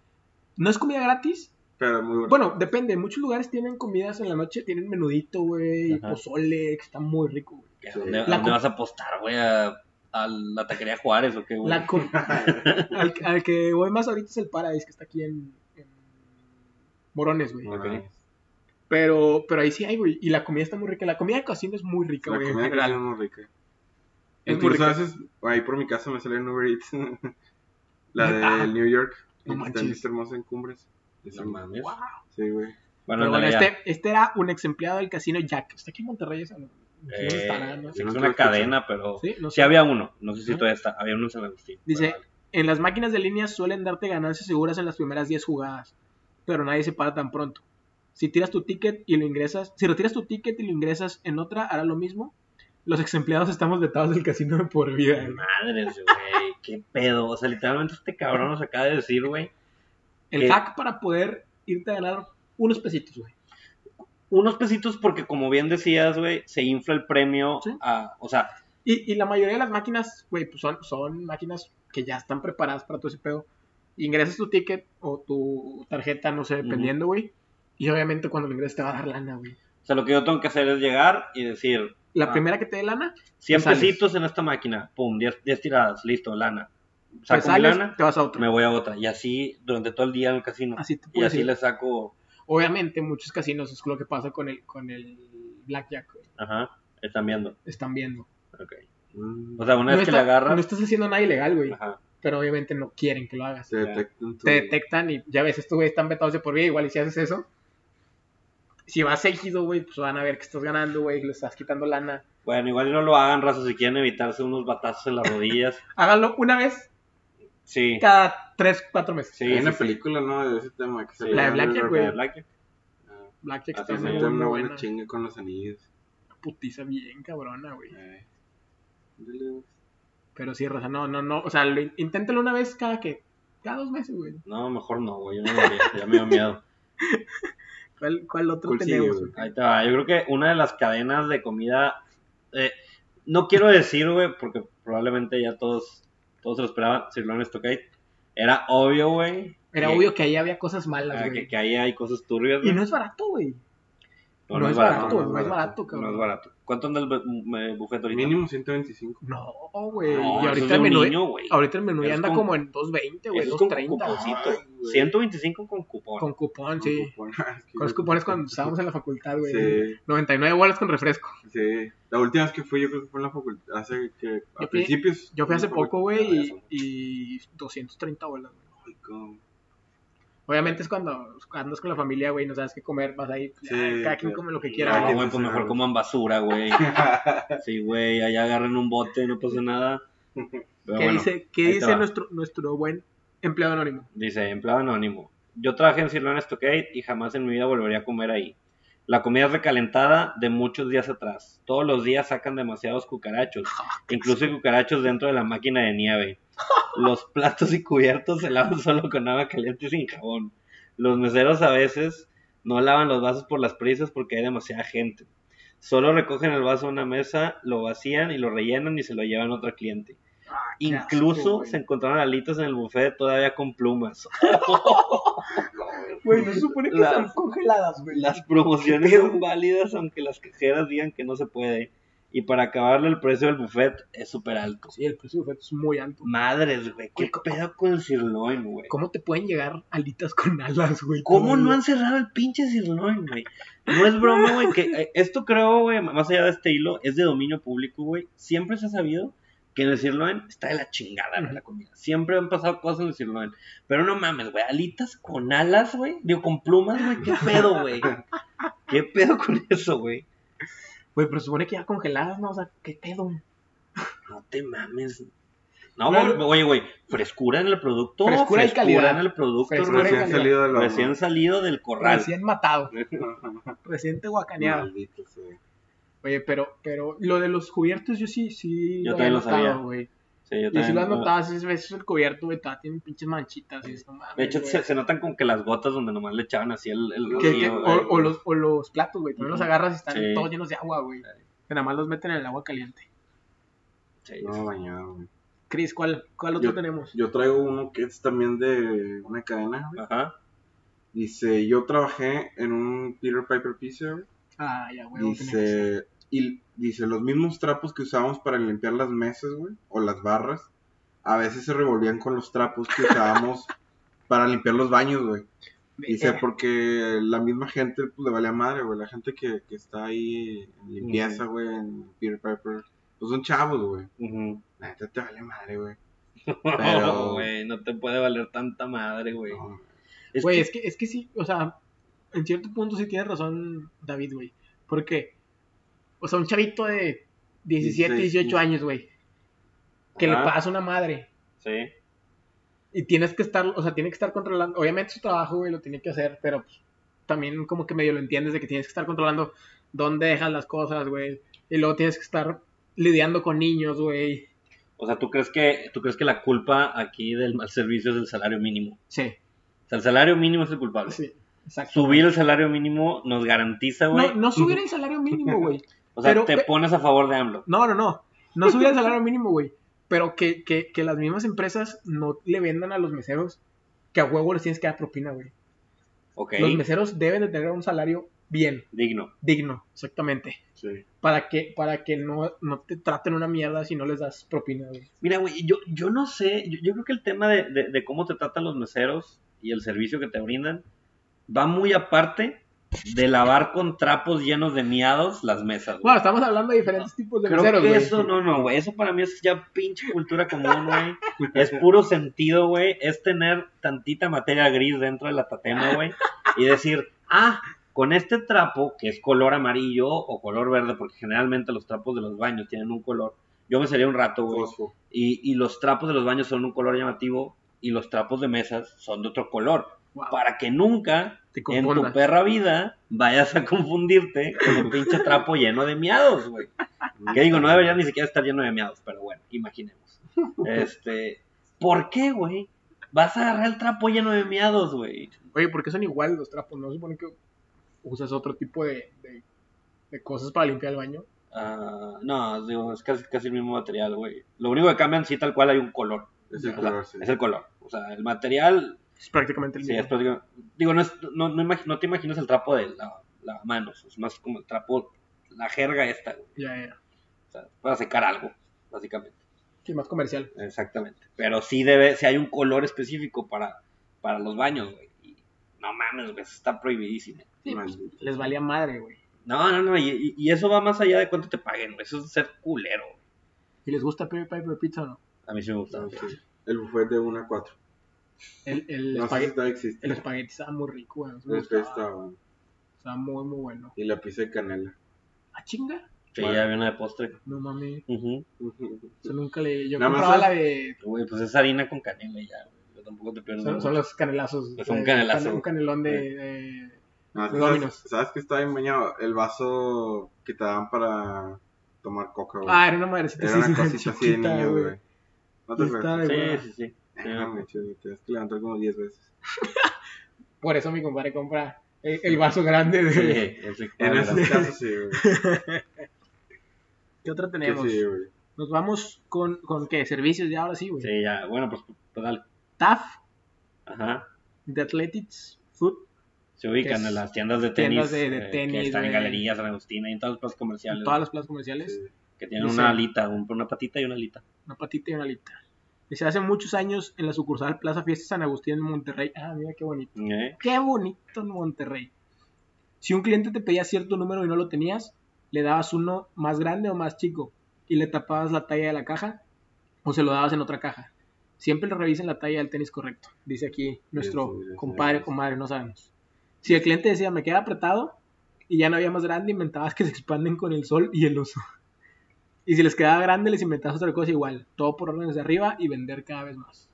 [SPEAKER 2] No es comida gratis.
[SPEAKER 3] Pero muy bueno.
[SPEAKER 2] Bueno, depende. En muchos lugares tienen comidas en la noche. Tienen menudito, güey.
[SPEAKER 1] Ajá.
[SPEAKER 2] Pozole, que está muy rico, güey.
[SPEAKER 1] ¿A
[SPEAKER 3] Sí.
[SPEAKER 1] dónde, a
[SPEAKER 2] La
[SPEAKER 1] dónde
[SPEAKER 2] com-
[SPEAKER 1] vas a apostar, güey? A, a la taquería Juárez o qué, güey.
[SPEAKER 2] La com- al, al que voy más ahorita es el Paradise, que está aquí en, en Morones, güey.
[SPEAKER 1] Ok.
[SPEAKER 2] Pero, pero ahí sí hay, güey. Y la comida está muy rica. La comida de casino es muy rica,
[SPEAKER 3] La
[SPEAKER 2] güey. en
[SPEAKER 3] comida que
[SPEAKER 2] general.
[SPEAKER 3] es muy rica.
[SPEAKER 2] Es muy
[SPEAKER 3] Incluso
[SPEAKER 2] rica.
[SPEAKER 3] a veces, ahí por mi casa me sale en Uber Eats. [LAUGHS] la de
[SPEAKER 2] Ah.
[SPEAKER 3] New York.
[SPEAKER 2] No
[SPEAKER 3] que está en
[SPEAKER 2] manches.
[SPEAKER 3] Vista Hermosa en Cumbres. Esa
[SPEAKER 1] No mames.
[SPEAKER 2] Wow.
[SPEAKER 3] Sí,
[SPEAKER 1] Bueno,
[SPEAKER 3] güey.
[SPEAKER 1] eh,
[SPEAKER 2] Pero bueno,
[SPEAKER 1] ándale, ya.
[SPEAKER 2] este, este era un ex empleado del casino Jack. Está aquí en Monterrey, esa, ¿no?
[SPEAKER 1] Eh,
[SPEAKER 2] No está nada, ¿no?
[SPEAKER 1] sí,
[SPEAKER 3] No
[SPEAKER 1] es
[SPEAKER 3] te
[SPEAKER 1] una
[SPEAKER 3] lo escucho.
[SPEAKER 1] cadena, pero... Sí,
[SPEAKER 2] Sí, no sé.
[SPEAKER 1] había uno. No sé si
[SPEAKER 2] Ajá.
[SPEAKER 1] todavía está. Había uno en San Agustín.
[SPEAKER 2] Dice-
[SPEAKER 1] pero vale.
[SPEAKER 2] En las máquinas de línea suelen darte ganancias seguras en las primeras 10 jugadas, pero nadie se para tan pronto. Si tiras tu ticket y lo ingresas, si retiras tu ticket y lo ingresas en otra, hará lo mismo. Los ex empleados estamos vetados del casino de por vida. güey.
[SPEAKER 1] Madres, güey. Qué pedo. O sea, literalmente este cabrón nos acaba de decir, güey.
[SPEAKER 2] El
[SPEAKER 1] ¿Qué?
[SPEAKER 2] hack para poder irte a ganar unos pesitos, güey.
[SPEAKER 1] Unos pesitos porque, como bien decías, güey, se infla el premio
[SPEAKER 2] Sí.
[SPEAKER 1] a... O sea,
[SPEAKER 2] Y, y la mayoría de las máquinas, güey, pues son, son máquinas que ya están preparadas para todo ese pedo. Ingresas tu ticket o tu tarjeta, no sé, dependiendo, güey. Y obviamente cuando lo ingreses te va a dar lana, güey.
[SPEAKER 1] o sea, lo que yo tengo que hacer es llegar y decir...
[SPEAKER 2] La
[SPEAKER 1] Ah.
[SPEAKER 2] primera que te dé lana,
[SPEAKER 1] 100
[SPEAKER 2] Te sales.
[SPEAKER 1] pesitos en esta máquina. Pum, 10, 10 tiradas. Listo, lana.
[SPEAKER 2] te
[SPEAKER 1] Saco mi
[SPEAKER 2] Pues sales,
[SPEAKER 1] lana,
[SPEAKER 2] te vas a otra.
[SPEAKER 1] me voy a otra. Y así durante todo el día en el casino.
[SPEAKER 2] Así te
[SPEAKER 1] y
[SPEAKER 2] puedes
[SPEAKER 1] así
[SPEAKER 2] ir.
[SPEAKER 1] le saco...
[SPEAKER 2] Obviamente muchos casinos es lo que pasa con el, con el blackjack, güey.
[SPEAKER 1] Ajá, están viendo.
[SPEAKER 2] Están viendo.
[SPEAKER 1] Ok.
[SPEAKER 3] Mm,
[SPEAKER 1] O sea, una
[SPEAKER 2] no
[SPEAKER 1] vez que
[SPEAKER 2] está-
[SPEAKER 1] le agarras...
[SPEAKER 2] No estás haciendo nada ilegal, güey.
[SPEAKER 1] Ajá.
[SPEAKER 2] Pero obviamente no quieren que lo hagas.
[SPEAKER 3] te detectan tu-
[SPEAKER 2] te detectan y ya ves, estos güeyes están vetados de por vida, igual y si haces eso, si vas seguido, güey, pues van a ver que estás ganando, güey, le estás quitando lana.
[SPEAKER 1] Bueno, igual no lo hagan, raza, si quieren evitarse unos batazos en las rodillas.
[SPEAKER 2] Háganlo una vez
[SPEAKER 1] Sí.
[SPEAKER 2] cada 3, 4 meses.
[SPEAKER 1] Sí,
[SPEAKER 3] Hay
[SPEAKER 1] sí,
[SPEAKER 3] una
[SPEAKER 1] sí.
[SPEAKER 3] película, ¿no? De ese tema. Que
[SPEAKER 1] Sí. La de
[SPEAKER 2] Blackjack,
[SPEAKER 1] La de
[SPEAKER 2] güey.
[SPEAKER 1] Blackjack.
[SPEAKER 2] Blackjack
[SPEAKER 3] Así
[SPEAKER 2] está
[SPEAKER 3] se
[SPEAKER 2] muy
[SPEAKER 3] meten una
[SPEAKER 2] buena.
[SPEAKER 3] buena chinga con los anillos.
[SPEAKER 2] Putiza bien cabrona, güey.
[SPEAKER 3] Eh, dale,
[SPEAKER 2] Pero sí, Rosa, no, no, no, o sea, lo, inténtalo una vez cada que, cada dos meses, güey.
[SPEAKER 1] No, mejor no, güey. Yo no lo haría, ya me dio miedo.
[SPEAKER 2] ¿Cuál, cuál otro
[SPEAKER 3] ¿Cuál sigue,
[SPEAKER 2] tenemos?
[SPEAKER 3] güey?
[SPEAKER 1] Ahí te va. Yo creo que una de las cadenas de comida. eh, no quiero decir, güey, porque probablemente ya todos todos se lo esperaban. Sirloin Stockade. Era obvio, güey.
[SPEAKER 2] Era
[SPEAKER 1] que-
[SPEAKER 2] obvio que ahí había cosas
[SPEAKER 1] ah,
[SPEAKER 2] malas,
[SPEAKER 1] que,
[SPEAKER 2] güey.
[SPEAKER 1] que ahí hay cosas turbias.
[SPEAKER 2] Y
[SPEAKER 1] güey.
[SPEAKER 2] no es barato, güey.
[SPEAKER 1] No,
[SPEAKER 2] No,
[SPEAKER 1] no
[SPEAKER 2] es barato,
[SPEAKER 3] barato,
[SPEAKER 2] güey, no es barato, cabrón.
[SPEAKER 1] No es barato. ¿Cuánto anda el bu- eh, buffet
[SPEAKER 3] güey.
[SPEAKER 1] ahorita?
[SPEAKER 3] Mínimo 125.
[SPEAKER 2] No, güey.
[SPEAKER 1] No,
[SPEAKER 2] y
[SPEAKER 1] eso es
[SPEAKER 2] ahorita
[SPEAKER 1] de
[SPEAKER 2] el
[SPEAKER 1] un
[SPEAKER 2] menú,
[SPEAKER 1] niño, güey.
[SPEAKER 2] ahorita el menú
[SPEAKER 1] Eso
[SPEAKER 2] ya
[SPEAKER 1] es
[SPEAKER 2] anda
[SPEAKER 1] con-
[SPEAKER 2] como en 220, güey,
[SPEAKER 1] Eso es con
[SPEAKER 2] 230.
[SPEAKER 1] cuponcito.
[SPEAKER 3] Ay, güey.
[SPEAKER 1] 125 con cupón.
[SPEAKER 2] Con cupón, sí.
[SPEAKER 3] Con [LAUGHS] Ah,
[SPEAKER 2] Con los cupones cuando estábamos en la facultad, güey.
[SPEAKER 3] Sí,
[SPEAKER 2] 99 bolas con refresco.
[SPEAKER 3] sí. La última vez que fui, yo creo que fue en la facultad. Hace que. A
[SPEAKER 2] Yo fui-
[SPEAKER 3] principios.
[SPEAKER 2] Yo fui hace poco,
[SPEAKER 3] Ah,
[SPEAKER 2] güey,
[SPEAKER 1] güey.
[SPEAKER 2] y, y 230 bolas, güey.
[SPEAKER 3] Ay, cómo.
[SPEAKER 2] Obviamente es cuando andas con la familia, güey, no sabes qué comer, vas ahí,
[SPEAKER 3] Sí,
[SPEAKER 2] ya, cada quien
[SPEAKER 3] claro.
[SPEAKER 2] come lo que
[SPEAKER 1] No,
[SPEAKER 2] quiera.
[SPEAKER 3] Ay,
[SPEAKER 2] güey.
[SPEAKER 1] güey, pues mejor coman basura, güey. Sí, güey, allá agarran un bote, no pasa nada. Pero
[SPEAKER 2] ¿Qué
[SPEAKER 1] bueno,
[SPEAKER 2] dice, qué
[SPEAKER 1] ahí te
[SPEAKER 2] dice
[SPEAKER 1] va.
[SPEAKER 2] nuestro, nuestro buen empleado anónimo?
[SPEAKER 1] Dice, empleado anónimo. Yo trabajé en Sirloin Stockade y jamás en mi vida volvería a comer ahí. La comida es recalentada de muchos días atrás. Todos los días sacan demasiados
[SPEAKER 2] [LAUGHS]
[SPEAKER 1] cucarachos, incluso cucarachos dentro de la máquina de nieve. Los platos y cubiertos se lavan solo con agua caliente y sin jabón. Los meseros a veces no lavan los vasos por las prisas porque hay demasiada gente. Solo recogen el vaso a una mesa, lo vacían y lo rellenan y se lo llevan a otro cliente.
[SPEAKER 2] Ah, qué asco,
[SPEAKER 1] Incluso
[SPEAKER 2] güey.
[SPEAKER 1] se encontraron alitas en el buffet todavía con plumas.
[SPEAKER 2] Güey, no se supone
[SPEAKER 1] que La- están
[SPEAKER 2] congeladas,
[SPEAKER 1] [LAUGHS]
[SPEAKER 2] güey.
[SPEAKER 1] Las promociones son válidas aunque las cajeras digan que no se puede. Y para acabarlo el precio del buffet es súper alto.
[SPEAKER 2] Sí, el precio de oferta es muy alto.
[SPEAKER 1] Madres, güey, qué
[SPEAKER 2] Oye, co-
[SPEAKER 1] pedo con el sirloin, güey.
[SPEAKER 2] ¿Cómo te pueden llegar alitas con [LAUGHS] alas, güey?
[SPEAKER 1] ¿Cómo no
[SPEAKER 2] Todavía?
[SPEAKER 1] han cerrado el pinche sirloin, güey? No es broma, güey, que eh, esto creo, güey, más allá de este hilo, es de dominio público, güey. Siempre se ha sabido que en el sirloin está de la chingada, güey, la comida. Siempre han pasado cosas en el sirloin. Pero no mames, güey, alitas con alas, güey. Digo, con plumas, güey, qué pedo, [LAUGHS] güey. ¿Qué pedo con eso, güey?
[SPEAKER 2] Güey, pero se supone que ya congeladas, ¿no? O sea, ¿qué pedo?
[SPEAKER 1] No te mames. No,
[SPEAKER 2] Claro.
[SPEAKER 1] güey, oye, güey, frescura en el producto.
[SPEAKER 2] Frescura y calidad.
[SPEAKER 1] en el producto.
[SPEAKER 2] Frescura
[SPEAKER 1] recién,
[SPEAKER 2] y
[SPEAKER 3] Recién
[SPEAKER 2] Órale.
[SPEAKER 3] salido de la.
[SPEAKER 1] recién salido del corral.
[SPEAKER 2] Recién matado,
[SPEAKER 3] [LAUGHS]
[SPEAKER 2] recién te guacaneado.
[SPEAKER 3] Maldito sea.
[SPEAKER 2] Oye, pero, pero lo de los cubiertos yo sí, sí.
[SPEAKER 1] Yo
[SPEAKER 2] lo
[SPEAKER 1] también
[SPEAKER 2] había
[SPEAKER 1] lo sabía.
[SPEAKER 2] notado, güey.
[SPEAKER 1] Sí, yo
[SPEAKER 2] Yo sí
[SPEAKER 1] también,
[SPEAKER 2] lo
[SPEAKER 1] güey.
[SPEAKER 2] anotaba, a veces el cubierto, güey, todavía tiene pinches manchitas y esto, mames,
[SPEAKER 1] De hecho,
[SPEAKER 2] güey.
[SPEAKER 1] se, se notan como que las gotas donde nomás le echaban así el, el
[SPEAKER 2] Que-
[SPEAKER 1] rocío,
[SPEAKER 2] que-
[SPEAKER 1] güey.
[SPEAKER 2] o, o los, o los platos, güey, también los agarras y están
[SPEAKER 1] Sí.
[SPEAKER 2] todos llenos de agua, güey. Que nada más los meten en el agua caliente.
[SPEAKER 1] Sí,
[SPEAKER 3] No, bañado, güey.
[SPEAKER 2] Chris, ¿cuál, cuál otro
[SPEAKER 3] Yo-
[SPEAKER 2] tenemos?
[SPEAKER 3] Yo traigo uno que es también de una cadena, güey.
[SPEAKER 1] Ajá.
[SPEAKER 3] Dice, yo trabajé en un Peter Piper Pizza, güey.
[SPEAKER 2] Ah, ya, güey. tenemos.
[SPEAKER 3] Dice, y dice, los mismos trapos que usábamos para limpiar las mesas, güey, o las barras, a veces se revolvían con los trapos que usábamos
[SPEAKER 2] [LAUGHS]
[SPEAKER 3] para limpiar los baños, güey. Dice,
[SPEAKER 2] Verga.
[SPEAKER 3] porque la misma gente, pues, le vale a madre, güey. La gente que, que está ahí en limpieza, güey, en Peter Piper, pues son chavos, güey.
[SPEAKER 1] Ujú.
[SPEAKER 3] La neta te vale
[SPEAKER 2] [LAUGHS]
[SPEAKER 3] madre, güey.
[SPEAKER 1] No, [LAUGHS]
[SPEAKER 3] Pero-
[SPEAKER 1] güey, no te puede valer tanta madre, güey.
[SPEAKER 3] No,
[SPEAKER 1] Es
[SPEAKER 2] Güey,
[SPEAKER 1] que-
[SPEAKER 2] es que, es que sí, o sea, en cierto punto sí tiene razón David, güey. Porque, o sea, un chavito de 17,
[SPEAKER 3] 16,
[SPEAKER 2] 18 años, güey, que le
[SPEAKER 1] Ajá.
[SPEAKER 2] pasa una madre.
[SPEAKER 1] Sí.
[SPEAKER 2] Y tienes que estar, o sea, tiene que estar controlando. Obviamente su trabajo, güey, lo tiene que hacer, pero pues, también como que medio lo entiendes de que tienes que estar controlando dónde dejas las cosas, güey. Y luego tienes que estar lidiando con niños, güey.
[SPEAKER 1] O sea, ¿tú crees, que, ¿tú crees que la culpa aquí del mal servicio es el salario mínimo?
[SPEAKER 2] Sí,
[SPEAKER 1] O sea, el salario mínimo es el culpable.
[SPEAKER 2] sí, exacto.
[SPEAKER 1] Subir el salario mínimo nos garantiza, güey.
[SPEAKER 2] No, no subir el salario mínimo, güey.
[SPEAKER 1] o sea,
[SPEAKER 2] pero-
[SPEAKER 1] te pones a favor de AMLO.
[SPEAKER 2] No, no, no. No subir el salario mínimo, güey. Pero que, que, que las mismas empresas no le vendan a los meseros que a huevo les tienes que dar propina, güey.
[SPEAKER 1] Ok,
[SPEAKER 2] Los meseros deben de tener un salario bien,
[SPEAKER 1] digno.
[SPEAKER 2] digno, exactamente.
[SPEAKER 3] Sí.
[SPEAKER 2] Para que, para que no, no te traten una mierda si no les das propina, güey.
[SPEAKER 1] Mira, güey, yo, yo no sé, yo, yo creo que el tema de, de- de cómo te tratan los meseros y el servicio que te brindan va muy aparte de lavar con trapos llenos de miados las mesas. güey.
[SPEAKER 2] Bueno, estamos hablando de diferentes tipos de
[SPEAKER 1] Ah, Creo
[SPEAKER 2] meseros,
[SPEAKER 1] que
[SPEAKER 2] güey.
[SPEAKER 1] eso, no, no, güey, eso para mí es ya pinche cultura común, güey. Es puro sentido, güey, es tener tantita materia gris dentro de la tatema, güey, y decir, ah, con este trapo, que es color amarillo o color verde, porque generalmente los trapos de los baños tienen un color, yo me sería un rato, güey,
[SPEAKER 2] [LAUGHS]
[SPEAKER 3] Fosfo.
[SPEAKER 1] y, y los trapos de los baños son un color llamativo y los trapos de mesas son de otro color,
[SPEAKER 2] Wow,
[SPEAKER 1] para que nunca
[SPEAKER 2] te
[SPEAKER 1] en tu
[SPEAKER 2] confundas.
[SPEAKER 1] perra vida vayas a confundirte con un pinche trapo lleno de miados, güey. Que digo, no debería ni siquiera estar lleno de miados, pero bueno,
[SPEAKER 3] [LAUGHS]
[SPEAKER 1] imaginemos. Este, ¿por qué, güey? Vas a agarrar el trapo lleno de miados, güey.
[SPEAKER 2] Oye, ¿por qué son iguales los trapos? ¿No se supone que usas otro tipo de, de- de cosas para limpiar el baño?
[SPEAKER 1] Ah, no, digo, es casi, casi el mismo material, güey. Lo único que cambian, sí, tal cual hay un color.
[SPEAKER 3] Es el
[SPEAKER 1] O sea,
[SPEAKER 3] color, sí.
[SPEAKER 1] Es el color. O sea, el material
[SPEAKER 2] Es prácticamente el
[SPEAKER 1] Sí,
[SPEAKER 2] mismo.
[SPEAKER 1] es práctica- Digo, no, es- no, no imag- no te imaginas el trapo de la, la manos, es más como el trapo, la jerga esta, güey,
[SPEAKER 2] Ya, ya.
[SPEAKER 1] o sea, para secar algo, básicamente.
[SPEAKER 2] Sí, más comercial.
[SPEAKER 1] Exactamente. Pero sí debe, si hay un color específico para, para los baños, güey. y no mames, güey, eso está prohibidísimo.
[SPEAKER 2] Sí, pues,
[SPEAKER 3] Maldito.
[SPEAKER 2] les valía madre, güey.
[SPEAKER 1] No, no, no, y, y- y eso va más allá de cuánto te paguen, güey, eso es ser culero. güey.
[SPEAKER 2] ¿Y les gusta Pepper Piper Pizza o no?
[SPEAKER 1] A mí sí me gusta.
[SPEAKER 3] No, sí. El buffet de 1 a 4.
[SPEAKER 2] El, el,
[SPEAKER 3] No sé si
[SPEAKER 2] espagueti,
[SPEAKER 3] todavía existe.
[SPEAKER 2] el espagueti estaba muy rico, güey. nos
[SPEAKER 3] El buffet
[SPEAKER 2] gustaba.
[SPEAKER 3] estaba bueno.
[SPEAKER 2] Estaba muy, muy bueno.
[SPEAKER 3] Y la pizza de canela.
[SPEAKER 2] ¿Ah, chinga?
[SPEAKER 1] Sí, ya había una de postre.
[SPEAKER 2] No mami.
[SPEAKER 1] Ujú.
[SPEAKER 2] Eso nunca le. Yo
[SPEAKER 3] Nada más
[SPEAKER 2] compraba
[SPEAKER 3] son-
[SPEAKER 2] la de.
[SPEAKER 1] Güey, pues es harina con canela y ya, güey. Yo tampoco te pierdo.
[SPEAKER 2] Son, son los canelazos.
[SPEAKER 1] Es un
[SPEAKER 2] de-
[SPEAKER 1] canelazo,
[SPEAKER 2] Un
[SPEAKER 1] güey.
[SPEAKER 2] canelón de.
[SPEAKER 1] Sí.
[SPEAKER 2] de-
[SPEAKER 3] Ah, ¿tú
[SPEAKER 2] Dominos.
[SPEAKER 3] ¿sabes, sabes que está bien bañado? El vaso que te dan para tomar coca, güey.
[SPEAKER 2] Ah, era una madrecita
[SPEAKER 3] Era
[SPEAKER 2] así,
[SPEAKER 3] una
[SPEAKER 2] bien
[SPEAKER 3] cosita así de
[SPEAKER 2] chiquita,
[SPEAKER 3] niño, güey. No te
[SPEAKER 2] Y está
[SPEAKER 3] acuerdas.
[SPEAKER 2] de
[SPEAKER 1] Sí,
[SPEAKER 2] hueva.
[SPEAKER 1] sí, sí.
[SPEAKER 3] Ah, mames, chido, te has que levantar como 10 veces.
[SPEAKER 2] Por eso mi compadre compra el, el vaso grande de.
[SPEAKER 1] [LAUGHS]
[SPEAKER 3] En esos casos sí, güey. Que
[SPEAKER 2] ¿Qué otra tenemos?
[SPEAKER 3] Sí, güey.
[SPEAKER 2] Nos vamos con, con qué? Servicios ya ahora sí, güey.
[SPEAKER 1] Sí, ya, bueno, pues, pues dale.
[SPEAKER 2] TAF,
[SPEAKER 1] Ajá.
[SPEAKER 2] The Athletics, Food.
[SPEAKER 1] Se ubican
[SPEAKER 2] Que es
[SPEAKER 1] en las tiendas de tenis.
[SPEAKER 2] tiendas de- de
[SPEAKER 1] eh,
[SPEAKER 2] tenis,
[SPEAKER 1] que están en
[SPEAKER 2] güey.
[SPEAKER 1] galerías, San Agustín, y en todas las plazas comerciales.
[SPEAKER 2] en todas las plazas comerciales.
[SPEAKER 3] Sí.
[SPEAKER 1] Que tienen
[SPEAKER 2] Dice-
[SPEAKER 1] una alita, un- una patita y una alita.
[SPEAKER 2] Una patita y una alita. Dice, hace muchos años en la sucursal Plaza Fiesta San Agustín en Monterrey. Ah, mira qué bonito.
[SPEAKER 1] ¿Eh?
[SPEAKER 2] Qué bonito en Monterrey. Si un cliente te pedía cierto número y no lo tenías, le dabas uno más grande o más chico y le tapabas la talla de la caja o se lo dabas en otra caja. Siempre le revisen la talla del tenis correcto, dice aquí nuestro
[SPEAKER 3] sí, sí, sí.
[SPEAKER 2] compadre o comadre, no sabemos. Si el cliente decía, me queda apretado y ya no había más grande, inventabas que se expanden con el sol y el uso. [LAUGHS] Y si les quedaba grande, les inventabas otra cosa igual. Todo por órdenes de arriba y vender cada vez más.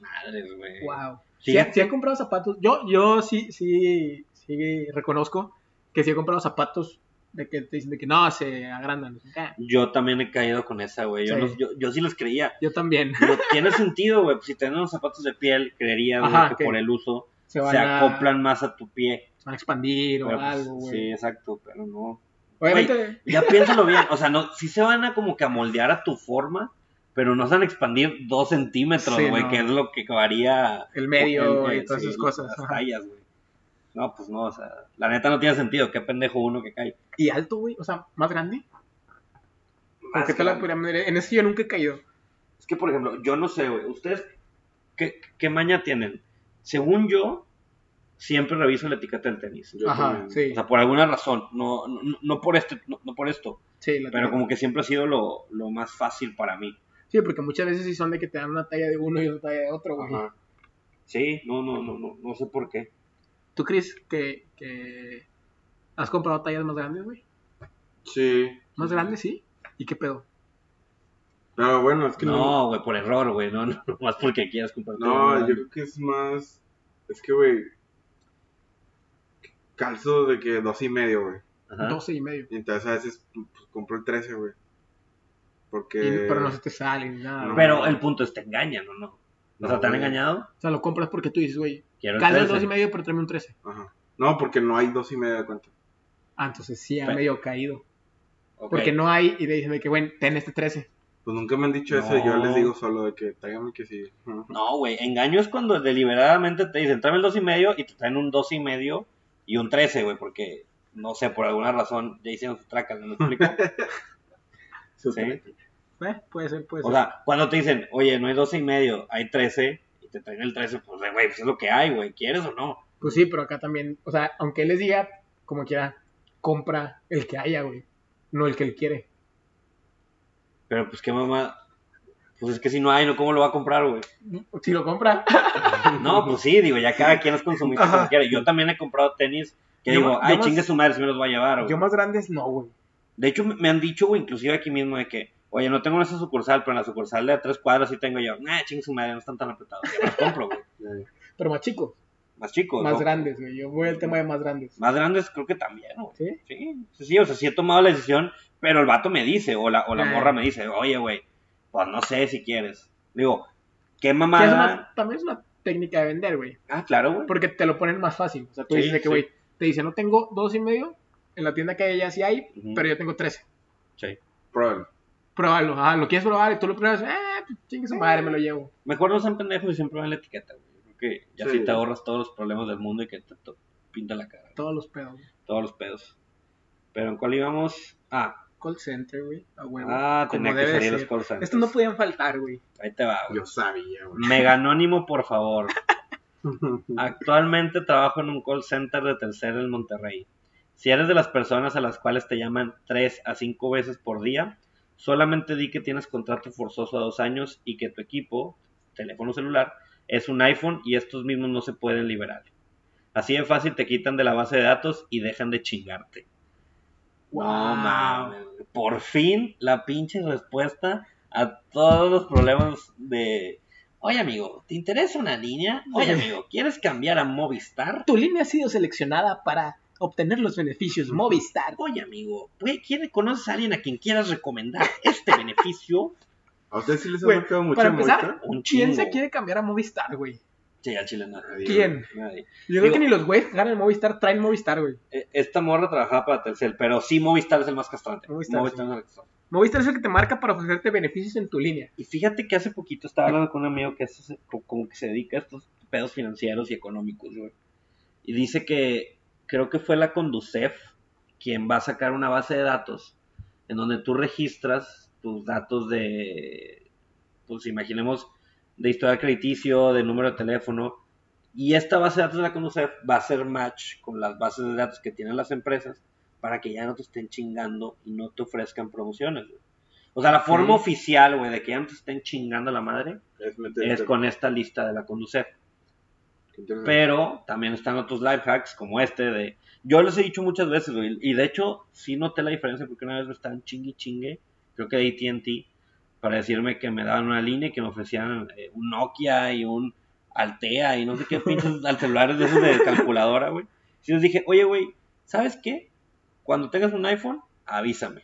[SPEAKER 1] Madres, güey.
[SPEAKER 2] Wow.
[SPEAKER 1] Sí.
[SPEAKER 2] Sí, ha- sí he comprado zapatos. Yo, yo sí, sí, sí reconozco que sí he comprado zapatos de que te dicen de que no, se agrandan. Ah,
[SPEAKER 1] Yo también he caído con esa, güey. Yo,
[SPEAKER 2] Sí.
[SPEAKER 1] no- yo, yo sí les creía.
[SPEAKER 2] Yo también. [LAUGHS]
[SPEAKER 1] Digo, tiene sentido, güey. pues, si tienen unos zapatos de piel, creería güey,
[SPEAKER 2] Ajá,
[SPEAKER 1] que
[SPEAKER 2] que
[SPEAKER 1] por el uso
[SPEAKER 2] Se
[SPEAKER 1] se,
[SPEAKER 2] van, a,
[SPEAKER 1] acoplan más a tu pie.
[SPEAKER 2] se van a expandir o
[SPEAKER 1] Pero, pues,
[SPEAKER 2] algo, güey.
[SPEAKER 1] sí, exacto, pero no.
[SPEAKER 2] Obviamente,
[SPEAKER 1] Ya piénsalo bien, o sea, no, sí se van a como que amoldear a tu forma, pero no se van a expandir dos centímetros,
[SPEAKER 2] Sí,
[SPEAKER 1] güey,
[SPEAKER 2] no.
[SPEAKER 1] que es lo que varía
[SPEAKER 2] el medio
[SPEAKER 1] el- el-
[SPEAKER 2] y todas
[SPEAKER 1] sí,
[SPEAKER 2] esas cosas.
[SPEAKER 1] Las
[SPEAKER 2] ajá.
[SPEAKER 1] tallas, güey. No, pues no, o sea, la neta no tiene sentido, qué pendejo uno que cae.
[SPEAKER 2] Y alto, güey. O sea, más grande. ¿Por
[SPEAKER 1] Más
[SPEAKER 2] qué tal la
[SPEAKER 1] grande.
[SPEAKER 2] pirámide? En ese yo nunca he caído.
[SPEAKER 1] Es que, por ejemplo, yo no sé, güey, ustedes, qué, ¿qué maña tienen? Según yo, siempre reviso la etiqueta del tenis.
[SPEAKER 3] Yo
[SPEAKER 2] Ajá,
[SPEAKER 3] también.
[SPEAKER 2] sí.
[SPEAKER 1] O sea, por alguna razón, no, no, no por este, no, no por esto,
[SPEAKER 2] sí, la
[SPEAKER 1] pero
[SPEAKER 2] tengo.
[SPEAKER 1] como que siempre ha sido lo, lo más fácil para mí.
[SPEAKER 2] sí, porque muchas veces sí son de que te dan una talla de uno y una talla de otro, güey.
[SPEAKER 1] Ajá. Sí, no, no, no, no, no sé por qué.
[SPEAKER 2] ¿Tú crees que, que has comprado tallas más grandes, güey?
[SPEAKER 3] Sí.
[SPEAKER 2] Más grandes, sí. ¿Y qué pedo?
[SPEAKER 3] Pero bueno, es que no.
[SPEAKER 1] No, güey, por error, güey, no, [LAUGHS] no, más porque quieras comprar.
[SPEAKER 3] No, yo creo que es más. Es que, güey. Calzo de que dos y medio, güey.
[SPEAKER 1] Ajá.
[SPEAKER 2] 12 y medio.
[SPEAKER 3] pues, Y Entonces a veces pues, compro el 13, güey. Porque.
[SPEAKER 2] Y- pero no se te sale ni nada.
[SPEAKER 3] No.
[SPEAKER 2] güey.
[SPEAKER 1] Pero el punto es, te engañan o no. O sea, ¿te han
[SPEAKER 3] güey.
[SPEAKER 1] engañado?
[SPEAKER 2] O sea, lo compras porque tú dices, güey,
[SPEAKER 1] Quiero eh. el
[SPEAKER 2] caldo el
[SPEAKER 1] 13.
[SPEAKER 2] 2 y medio, pero tráeme un 13.
[SPEAKER 3] Ajá. No, porque no hay dos y medio de cuenta.
[SPEAKER 2] Ah, entonces sí, ha
[SPEAKER 1] Pero-
[SPEAKER 2] medio caído.
[SPEAKER 1] Ok.
[SPEAKER 2] Porque no hay, y te dicen de que, bueno, ten este 13.
[SPEAKER 3] Pues nunca me han dicho eso.
[SPEAKER 1] No.
[SPEAKER 3] Yo les digo solo de que tráigame que sí. [LAUGHS] Ajá.
[SPEAKER 1] No, güey, engaño es cuando deliberadamente te dicen, tráeme el dos y medio y te traen un dos y medio y un 13, güey, porque, no sé, por alguna razón ya hicieron su traca, ¿me
[SPEAKER 2] [LAUGHS]
[SPEAKER 1] explico? Sí.
[SPEAKER 2] Eh, puede ser, puede
[SPEAKER 1] O
[SPEAKER 2] ser.
[SPEAKER 1] sea, cuando te dicen, oye, no hay 12 y medio, hay 13, y te traen el 13, pues, eh, güey, pues es lo que hay, güey, ¿quieres o no?
[SPEAKER 2] Pues sí, pero acá también, o sea, aunque él les diga, como quiera, compra el que haya, güey. No el que él quiere.
[SPEAKER 1] Pero, pues, qué mamá, pues es que si no hay, ¿no? ¿Cómo lo va a comprar, güey?
[SPEAKER 2] Si lo compra, [LAUGHS]
[SPEAKER 1] No, pues sí, digo, ya cada quien los consumista
[SPEAKER 2] Ajá.
[SPEAKER 1] como quiere. Yo también he comprado tenis que
[SPEAKER 2] Yo
[SPEAKER 1] digo,
[SPEAKER 2] ma- yo
[SPEAKER 1] ay,
[SPEAKER 2] más-
[SPEAKER 1] chingue su madre, si me los voy a llevar, güey.
[SPEAKER 2] yo más grandes no, güey.
[SPEAKER 1] De hecho, me- me han dicho, güey, inclusive aquí mismo, de que, oye, no tengo en esa sucursal, pero en la sucursal de a tres cuadras sí tengo yo. Nah, chingue su madre, no están tan apretados. Ya los compro, güey.
[SPEAKER 3] Ya, ya.
[SPEAKER 2] Pero más chicos,
[SPEAKER 1] Más chicos.
[SPEAKER 2] más
[SPEAKER 1] ¿no?
[SPEAKER 2] grandes, güey. Yo voy al tema de más grandes.
[SPEAKER 1] Más grandes creo que también, güey.
[SPEAKER 2] ¿Sí?
[SPEAKER 1] Sí, sí, sí, o sea, sí he tomado la decisión, pero el vato me dice, o la, o la
[SPEAKER 2] Ah.
[SPEAKER 1] morra me dice, oye, güey, pues no sé si quieres. Digo, qué
[SPEAKER 2] Que es
[SPEAKER 1] mamada.
[SPEAKER 2] una- también es una técnica de vender, güey.
[SPEAKER 1] Ah, claro, güey.
[SPEAKER 2] Porque te lo ponen más fácil. O sea, tú
[SPEAKER 1] Sí,
[SPEAKER 2] dices de que,
[SPEAKER 1] sí.
[SPEAKER 2] güey, te dice, no tengo dos y medio, en la tienda que hay ya sí hay,
[SPEAKER 1] Ujú.
[SPEAKER 2] pero yo tengo 13.
[SPEAKER 1] Sí.
[SPEAKER 3] Pruébalo.
[SPEAKER 2] Pruébalo, ah, lo quieres probar y tú lo pruebas, eh, pues, chingue su madre, me lo llevo.
[SPEAKER 1] Mejor no sean pendejos y siempre ven la etiqueta, güey. Creo que ya
[SPEAKER 3] Sí.
[SPEAKER 1] sí te ahorras todos los problemas del mundo y que te to- pinta la cara,
[SPEAKER 2] Todos los pedos. güey.
[SPEAKER 1] todos los pedos. Pero en cuál íbamos. Ah,
[SPEAKER 2] Call center, güey, a huevo.
[SPEAKER 1] ah
[SPEAKER 2] como
[SPEAKER 1] tenía que
[SPEAKER 2] debe
[SPEAKER 1] salir los
[SPEAKER 2] ser.
[SPEAKER 1] call centers.
[SPEAKER 2] Estos no podían faltar, güey.
[SPEAKER 1] Ahí te va, güey.
[SPEAKER 3] Yo sabía, güey.
[SPEAKER 1] Meganónimo, por favor. Actualmente trabajo en un call center de tercero en Monterrey. Si eres de las personas a las cuales te llaman 3 a 5 veces por día, solamente di que tienes contrato forzoso a dos años y que tu equipo, teléfono celular, es un iPhone y estos mismos no se pueden liberar. Así de fácil te quitan de la base de datos y dejan de chingarte. No
[SPEAKER 2] Guau.
[SPEAKER 1] mames. Por fin la pinche respuesta a todos los problemas de. Oye amigo, ¿te interesa una niña? Oye amigo, ¿quieres cambiar a Movistar?
[SPEAKER 2] Tu línea ha sido seleccionada para obtener los beneficios Movistar.
[SPEAKER 1] Oye amigo, pues, ¿quiere, ¿conoces a alguien a quien quieras recomendar
[SPEAKER 2] [LAUGHS]
[SPEAKER 1] este beneficio?
[SPEAKER 3] [LAUGHS] ¿A ustedes sí les ha
[SPEAKER 2] Güey,
[SPEAKER 3] marcado mucho
[SPEAKER 2] para
[SPEAKER 3] la
[SPEAKER 2] empezar,
[SPEAKER 3] mosca?
[SPEAKER 1] Un
[SPEAKER 2] ¿Quién
[SPEAKER 1] chingo.
[SPEAKER 2] se quiere cambiar a Movistar, güey?
[SPEAKER 1] Sí, al chile no.
[SPEAKER 3] Nadie,
[SPEAKER 2] ¿Quién?
[SPEAKER 1] Nadie.
[SPEAKER 2] Yo creo
[SPEAKER 1] Digo-
[SPEAKER 2] que ni los güeyes que ganan el Movistar traen Movistar, güey.
[SPEAKER 1] Eh, Esta morra trabajaba para Telcel, pero sí Movistar es el más castrante.
[SPEAKER 2] Movistar,
[SPEAKER 1] es el más castrante.
[SPEAKER 2] Movistar es el que te marca para ofrecerte beneficios en tu línea.
[SPEAKER 1] Y fíjate que hace poquito estaba hablando con un amigo que es- como que se dedica a estos pedos financieros y económicos, güey. Y dice que creo que fue la Conducef quien va a sacar una base de datos en donde tú registras tus datos de, pues imaginemos, de historial crediticio, de número de teléfono. Y esta base de datos de la Conducef va a hacer match con las bases de datos que tienen las empresas para que ya no te estén chingando y no te ofrezcan promociones. güey. O sea, la forma
[SPEAKER 3] Ok.
[SPEAKER 1] oficial, güey, de que ya no te estén chingando la madre
[SPEAKER 3] Es meter-
[SPEAKER 1] es con esta lista de la Conducef.
[SPEAKER 3] Qué interesante.
[SPEAKER 1] Pero también están otros life hacks como este de... Yo les he dicho muchas veces, güey, y de hecho sí noté la diferencia porque una vez me estaban chingue y chingue, creo que de AT&T, para decirme que me daban una línea y que me ofrecían eh, un Nokia y un Altea y no sé qué
[SPEAKER 2] [LAUGHS]
[SPEAKER 1] pinches al celulares de esos de calculadora, güey. Y les dije, oye, güey, ¿sabes qué? Cuando tengas un iPhone, avísame.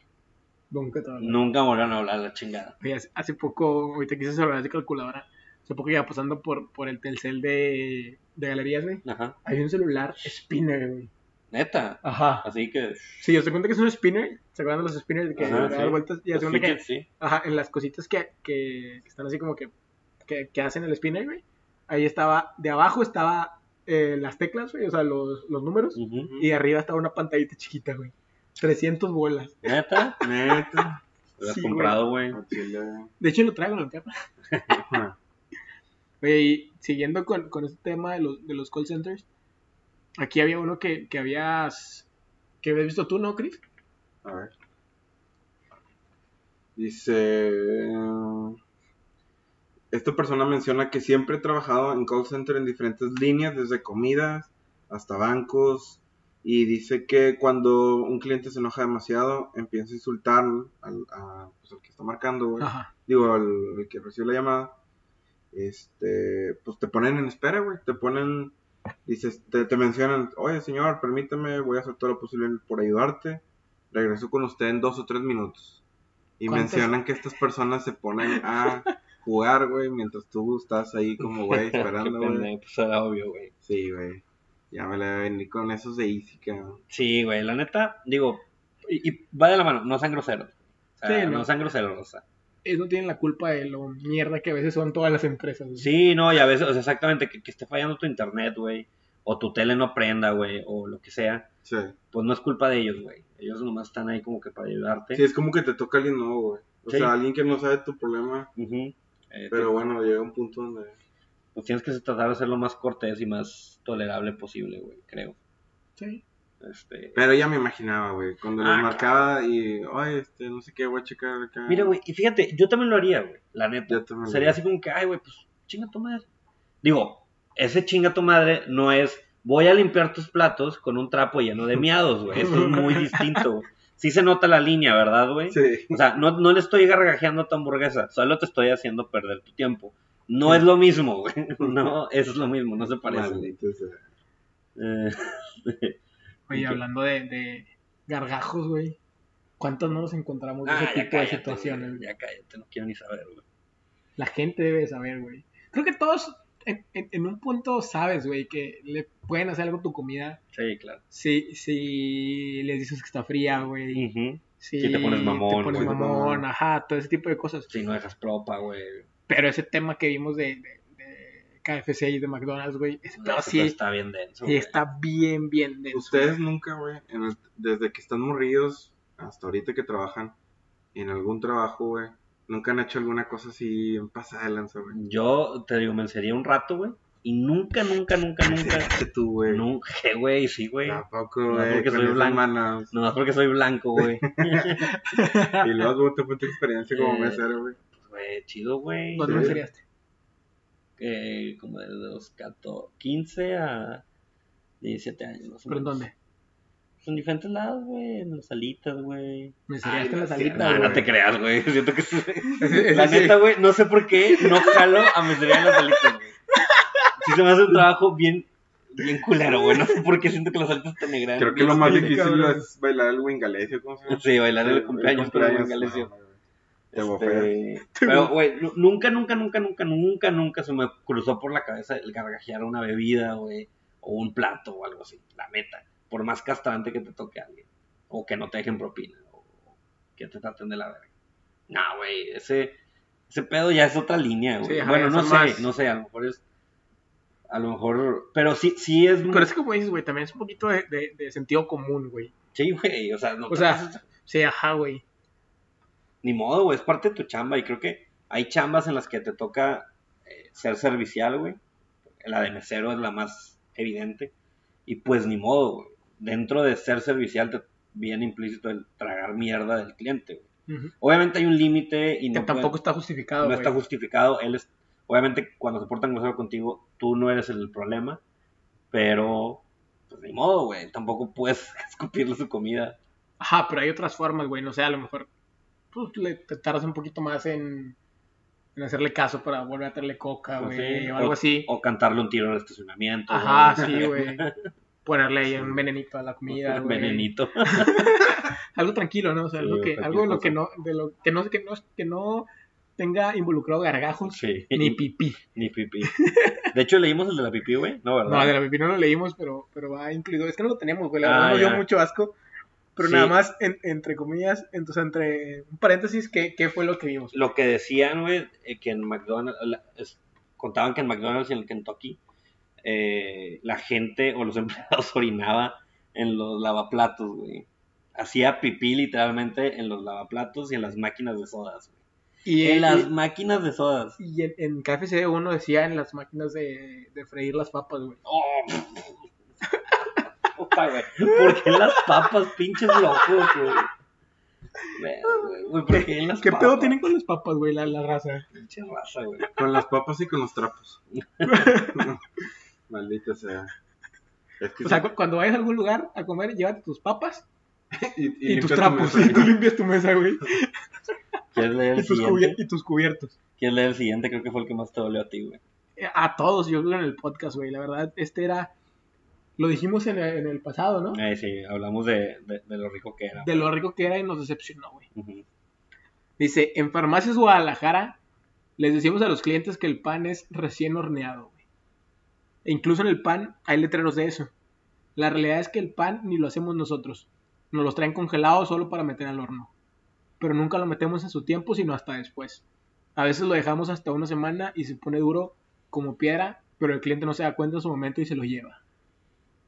[SPEAKER 2] Nunca te van a-
[SPEAKER 1] Nunca me volvieron a hablar la chingada.
[SPEAKER 2] Oye, hace- hace poco, ahorita quise celular de calculadora. Hace poco iba pasando por, por el Telcel de, de galerías, güey.
[SPEAKER 1] Ajá,
[SPEAKER 2] Hay un celular spinner, güey.
[SPEAKER 1] neta.
[SPEAKER 2] Ajá.
[SPEAKER 1] Así que...
[SPEAKER 2] Sí, se cuenta que es un spinner. ¿Se acuerdan de los spinners que
[SPEAKER 1] Ajá,
[SPEAKER 2] dan
[SPEAKER 1] sí.
[SPEAKER 2] vueltas? Y
[SPEAKER 1] los
[SPEAKER 2] hace cuenta que,
[SPEAKER 1] fidgets, pues, sí.
[SPEAKER 2] ajá, en las cositas que, que, que están así como que, que, que hacen el spinner, güey. Ahí estaba, de abajo estaba eh, las teclas, güey, o sea, los, los números.
[SPEAKER 1] Ujú.
[SPEAKER 2] Y de arriba estaba una pantallita chiquita, güey. 300 bolas. [LAUGHS]
[SPEAKER 1] Neta.
[SPEAKER 3] Neta.
[SPEAKER 1] Lo has
[SPEAKER 2] Sí, güey.
[SPEAKER 1] comprado, güey.
[SPEAKER 3] Al chile.
[SPEAKER 2] De hecho, lo traigo en la cama.
[SPEAKER 3] Ajá.
[SPEAKER 2] [LAUGHS] Oye, y siguiendo con, con este tema de los, de los call centers, aquí había uno que, que habías que habías visto tú, ¿no, Chris?
[SPEAKER 3] A ver. Dice. eh, Esta persona menciona que siempre he trabajado en call center en diferentes líneas, desde comidas hasta bancos. Y dice que cuando un cliente se enoja demasiado, empieza a insultar al, a, pues, al que está marcando, güey.
[SPEAKER 2] Ajá.
[SPEAKER 3] digo, al, al que recibió la llamada, este, pues te ponen en espera, güey, te ponen, dices, te, te mencionan, oye señor, permítame, voy a hacer todo lo posible por ayudarte, regreso con usted en dos o tres minutos. Y
[SPEAKER 2] ¿Cuántos?
[SPEAKER 3] mencionan que estas personas se ponen
[SPEAKER 1] [LAUGHS]
[SPEAKER 3] a jugar, güey, mientras tú estás ahí como, güey,
[SPEAKER 1] [LAUGHS]
[SPEAKER 3] esperando,
[SPEAKER 1] Qué
[SPEAKER 3] güey.
[SPEAKER 1] pendejo, pues era obvio, güey.
[SPEAKER 3] Sí, güey. Ya me la voy a venir con esos de Easy, cabrón.
[SPEAKER 1] Sí, güey, la neta, digo, y, y va de la mano, no sean groseros. O sea,
[SPEAKER 2] Sí,
[SPEAKER 1] no.
[SPEAKER 2] no.
[SPEAKER 1] sean groseros, o sea.
[SPEAKER 2] Ellos no tienen la culpa de lo mierda que a veces son todas las empresas. güey.
[SPEAKER 1] Sí, no, y a veces, o sea, exactamente, que, que esté fallando tu internet, güey, o tu tele no prenda, güey, o lo que sea,
[SPEAKER 3] Sí.
[SPEAKER 1] pues no es culpa de ellos, güey. Ellos nomás están ahí como que para ayudarte.
[SPEAKER 3] Sí, es como que te toca alguien nuevo, güey. O
[SPEAKER 1] Sí.
[SPEAKER 3] sea, alguien que no sabe tu problema.
[SPEAKER 1] Ujú. Eh,
[SPEAKER 3] Pero bueno, llega un punto donde.
[SPEAKER 1] pues tienes que tratar de ser lo más cortés y más tolerable posible, güey, creo.
[SPEAKER 2] Sí.
[SPEAKER 1] Este...
[SPEAKER 3] Pero ya me imaginaba, güey. Cuando
[SPEAKER 1] Ah,
[SPEAKER 3] les marcaba y. Ay, este, no sé qué, voy a checar acá.
[SPEAKER 1] Mira, güey, y fíjate, yo también lo haría, güey, la neta.
[SPEAKER 3] Yo también lo
[SPEAKER 1] Sería
[SPEAKER 3] haría.
[SPEAKER 1] así como que, ay, güey, pues chinga tu madre. Digo, ese chinga tu madre no es voy a limpiar tus platos con un trapo lleno de miados, güey. Eso es muy distinto, güey. Sí se nota la línea, ¿verdad, güey?
[SPEAKER 3] Sí.
[SPEAKER 1] O sea, no, no le estoy gargajeando a tu hamburguesa, solo te estoy haciendo perder tu tiempo. No es lo mismo, güey. [LAUGHS] No, es lo mismo, no se parece. güey.
[SPEAKER 3] Maldito sea.
[SPEAKER 1] Eh,
[SPEAKER 2] Oye,
[SPEAKER 1] Ok.
[SPEAKER 2] hablando de, de gargajos, güey. ¿Cuántos no nos encontramos en
[SPEAKER 1] ah, ya
[SPEAKER 2] ese tipo
[SPEAKER 1] cállate,
[SPEAKER 2] de situaciones?
[SPEAKER 1] güey,
[SPEAKER 2] güey?
[SPEAKER 1] Ya cállate, no quiero ni saber, güey.
[SPEAKER 2] La gente debe de saber, güey. Creo que todos en, en- en un punto sabes, güey, que le pueden hacer algo a tu comida
[SPEAKER 1] Sí, claro.
[SPEAKER 2] si, si les dices que está fría, güey.
[SPEAKER 1] Ujú.
[SPEAKER 2] Si,
[SPEAKER 1] Mm. te pones mamón,
[SPEAKER 2] te pones
[SPEAKER 1] güey.
[SPEAKER 2] mamón, ajá, todo ese tipo de cosas.
[SPEAKER 1] Si no dejas propa, güey.
[SPEAKER 2] Pero ese tema que vimos de, de- de KFC y de McDonald's, güey, ese
[SPEAKER 1] No,
[SPEAKER 2] pedo
[SPEAKER 1] ese pedo
[SPEAKER 2] sí,
[SPEAKER 1] Ah, está bien denso.
[SPEAKER 2] sí
[SPEAKER 1] güey.
[SPEAKER 2] está bien, bien denso.
[SPEAKER 3] Ustedes nunca, güey, en el- desde que están morridos hasta ahorita que trabajan en algún trabajo, güey, nunca han hecho alguna cosa así en pasada de lanza, güey.
[SPEAKER 1] Yo te digo, me ensería un rato, güey. Y nunca, nunca, nunca, nunca.
[SPEAKER 3] Hace tú, güey.
[SPEAKER 1] Nunca, güey, sí, güey.
[SPEAKER 3] Tampoco,
[SPEAKER 1] No,
[SPEAKER 3] güey,
[SPEAKER 1] porque
[SPEAKER 3] con
[SPEAKER 1] soy
[SPEAKER 3] esas
[SPEAKER 1] blanco.
[SPEAKER 3] manos.
[SPEAKER 1] Nomás porque soy blanco,
[SPEAKER 3] [LAUGHS]
[SPEAKER 1] güey.
[SPEAKER 3] Y luego güey, te fue tu experiencia como
[SPEAKER 1] Eh,
[SPEAKER 3] mesero, güey.
[SPEAKER 1] Güey, chido, güey.
[SPEAKER 2] ¿Dónde
[SPEAKER 3] Sí.
[SPEAKER 2] me seriaste?
[SPEAKER 1] Eh, como de los 14, 15 a 17 años. más o
[SPEAKER 2] ¿Pero en
[SPEAKER 1] menos.
[SPEAKER 2] dónde?
[SPEAKER 1] En diferentes lados, güey. En las alitas, güey.
[SPEAKER 2] Me seriaste en la
[SPEAKER 3] gracias.
[SPEAKER 2] salita,
[SPEAKER 1] No, no
[SPEAKER 2] güey.
[SPEAKER 1] te creas, güey. [LAUGHS] Siento que sí.
[SPEAKER 3] Ese
[SPEAKER 1] La
[SPEAKER 3] sí.
[SPEAKER 1] neta, güey, no sé por qué no jalo a mesería en las alitas, güey. Si se me hace un trabajo bien, bien culero, güey. No sé por qué siento que las alitas te negran.
[SPEAKER 3] Creo que lo más
[SPEAKER 1] Sí,
[SPEAKER 3] difícil
[SPEAKER 2] cabrón.
[SPEAKER 3] es bailar el wingalesio, ¿cómo se
[SPEAKER 1] [LAUGHS]
[SPEAKER 3] llama?
[SPEAKER 1] Sí, bailar el cumpleaños, pero en
[SPEAKER 3] Galicia.
[SPEAKER 1] Galicia.
[SPEAKER 3] Te bofeas.
[SPEAKER 1] Este, pero, güey, nu- nunca, nunca, nunca, nunca, nunca, nunca se me cruzó por la cabeza el gargajear una bebida, güey, o un plato o algo así, la meta. Por más castrante que te toque a alguien, o que no te dejen propina, o o que te traten de la verga. No, güey, ese, ese pedo ya es otra línea, güey.
[SPEAKER 2] Sí, ajá,
[SPEAKER 1] bueno,
[SPEAKER 2] ya
[SPEAKER 1] no
[SPEAKER 2] son
[SPEAKER 1] sé,
[SPEAKER 2] más.
[SPEAKER 1] no sé, a lo mejor es. A lo mejor. Pero sí, sí es.
[SPEAKER 2] Pero es que como dices, güey, también es un poquito de, de- de sentido común, güey.
[SPEAKER 1] Sí, güey, o sea, no
[SPEAKER 2] O
[SPEAKER 1] te
[SPEAKER 2] sea,
[SPEAKER 1] pases-
[SPEAKER 2] sí, ajá, güey.
[SPEAKER 1] ni modo, güey, es parte de tu chamba. Y creo que hay chambas en las que te toca eh, ser servicial, güey. La de mesero es la más evidente. Y pues ni modo, güey. Dentro de ser servicial te viene implícito el tragar mierda del cliente, güey.
[SPEAKER 2] Ujú.
[SPEAKER 1] Obviamente hay un límite y
[SPEAKER 2] Que
[SPEAKER 1] no, puede-
[SPEAKER 2] tampoco está justificado,
[SPEAKER 1] no
[SPEAKER 2] güey.
[SPEAKER 1] está justificado. Él es, obviamente cuando se portan grosero contigo, tú no eres el problema. Pero, pues ni modo, güey. Tampoco puedes [LAUGHS] escupirle su comida.
[SPEAKER 2] Ajá, pero hay otras formas, güey. No sé, a lo mejor pues, le, te tardas un poquito más en, en hacerle caso para volver a traerle coca,
[SPEAKER 1] Pues
[SPEAKER 2] güey,
[SPEAKER 1] sí,
[SPEAKER 2] o algo así.
[SPEAKER 1] O cantarle un tiro en el estacionamiento.
[SPEAKER 2] Ajá,
[SPEAKER 1] güey. [LAUGHS]
[SPEAKER 2] sí, güey. Ponerle ahí un venenito a la comida, güey.
[SPEAKER 1] Venenito. [LAUGHS]
[SPEAKER 2] Algo tranquilo, ¿no? O sea,
[SPEAKER 1] Sí,
[SPEAKER 2] algo que,
[SPEAKER 1] cualquier
[SPEAKER 2] algo de lo
[SPEAKER 1] cosa.
[SPEAKER 2] que no, de lo que no, que no, que no tenga involucrado gargajos
[SPEAKER 1] Sí.
[SPEAKER 2] ni pipí.
[SPEAKER 1] Ni pipí. De hecho, leímos el de la pipí, güey. No, ¿verdad?
[SPEAKER 2] No, de la pipí no lo leímos, pero, pero va incluido. Es que no lo tenemos, güey. La
[SPEAKER 1] Ah,
[SPEAKER 2] verdad nos dio
[SPEAKER 1] ya.
[SPEAKER 2] mucho asco. Pero
[SPEAKER 1] Sí.
[SPEAKER 2] nada más, en- entre comillas, entonces, entre un paréntesis, ¿qué, qué fue lo que vimos?
[SPEAKER 1] Lo que decían, güey, eh, que en McDonald's, la- es- contaban que en McDonald's y en el Kentucky, eh, la gente o los [LAUGHS] empleados orinaba en los lavaplatos, güey. Hacía pipí literalmente en los lavaplatos y en las máquinas de sodas. güey.
[SPEAKER 2] Y,
[SPEAKER 1] En
[SPEAKER 2] y-
[SPEAKER 1] las máquinas de sodas. [LAUGHS]
[SPEAKER 2] y en, en KFC uno decía en las máquinas de, de freír las papas, güey.
[SPEAKER 1] Oh, puta, güey. ¿Por qué las papas, pinches locos, güey? Verga, güey, ¿por qué las
[SPEAKER 2] ¿Qué
[SPEAKER 1] papas?
[SPEAKER 2] pedo tienen con las papas, güey, la, la raza?
[SPEAKER 1] Pinche raza, güey.
[SPEAKER 3] Con las papas y con los trapos. Maldita sea. Es que
[SPEAKER 2] O sea, cu- cuando vayas a algún lugar a comer, llévate tus papas
[SPEAKER 3] y,
[SPEAKER 2] y, tus
[SPEAKER 3] limpia tu
[SPEAKER 2] trapos.
[SPEAKER 3] mesa,
[SPEAKER 2] [LAUGHS] Y tú
[SPEAKER 3] güey.
[SPEAKER 2] limpias tu mesa, güey.
[SPEAKER 1] ¿Quieres
[SPEAKER 2] [LAUGHS]
[SPEAKER 1] leer
[SPEAKER 2] Y
[SPEAKER 1] el
[SPEAKER 2] tus, cubier-
[SPEAKER 1] siguiente?
[SPEAKER 2] y tus cubiertos.
[SPEAKER 1] ¿Quieres leer el siguiente? Creo que fue el que más te dolió a ti, güey.
[SPEAKER 2] Eh, A todos, yo creo, en el podcast, güey. La verdad, este era... Lo dijimos en el, en el pasado, ¿no?
[SPEAKER 1] Eh, sí, hablamos de, de- de lo rico que era.
[SPEAKER 2] De lo rico que era y nos decepcionó, güey.
[SPEAKER 1] Ujú.
[SPEAKER 2] Dice, en Farmacias Guadalajara les decimos a los clientes que el pan es recién horneado. güey. E incluso en el pan hay letreros de eso. La realidad es que el pan ni lo hacemos nosotros. Nos los traen congelados solo para meter al horno. Pero nunca lo metemos a su tiempo, sino hasta después. A veces lo dejamos hasta una semana y se pone duro como piedra, pero el cliente no se da cuenta en su momento y se lo lleva.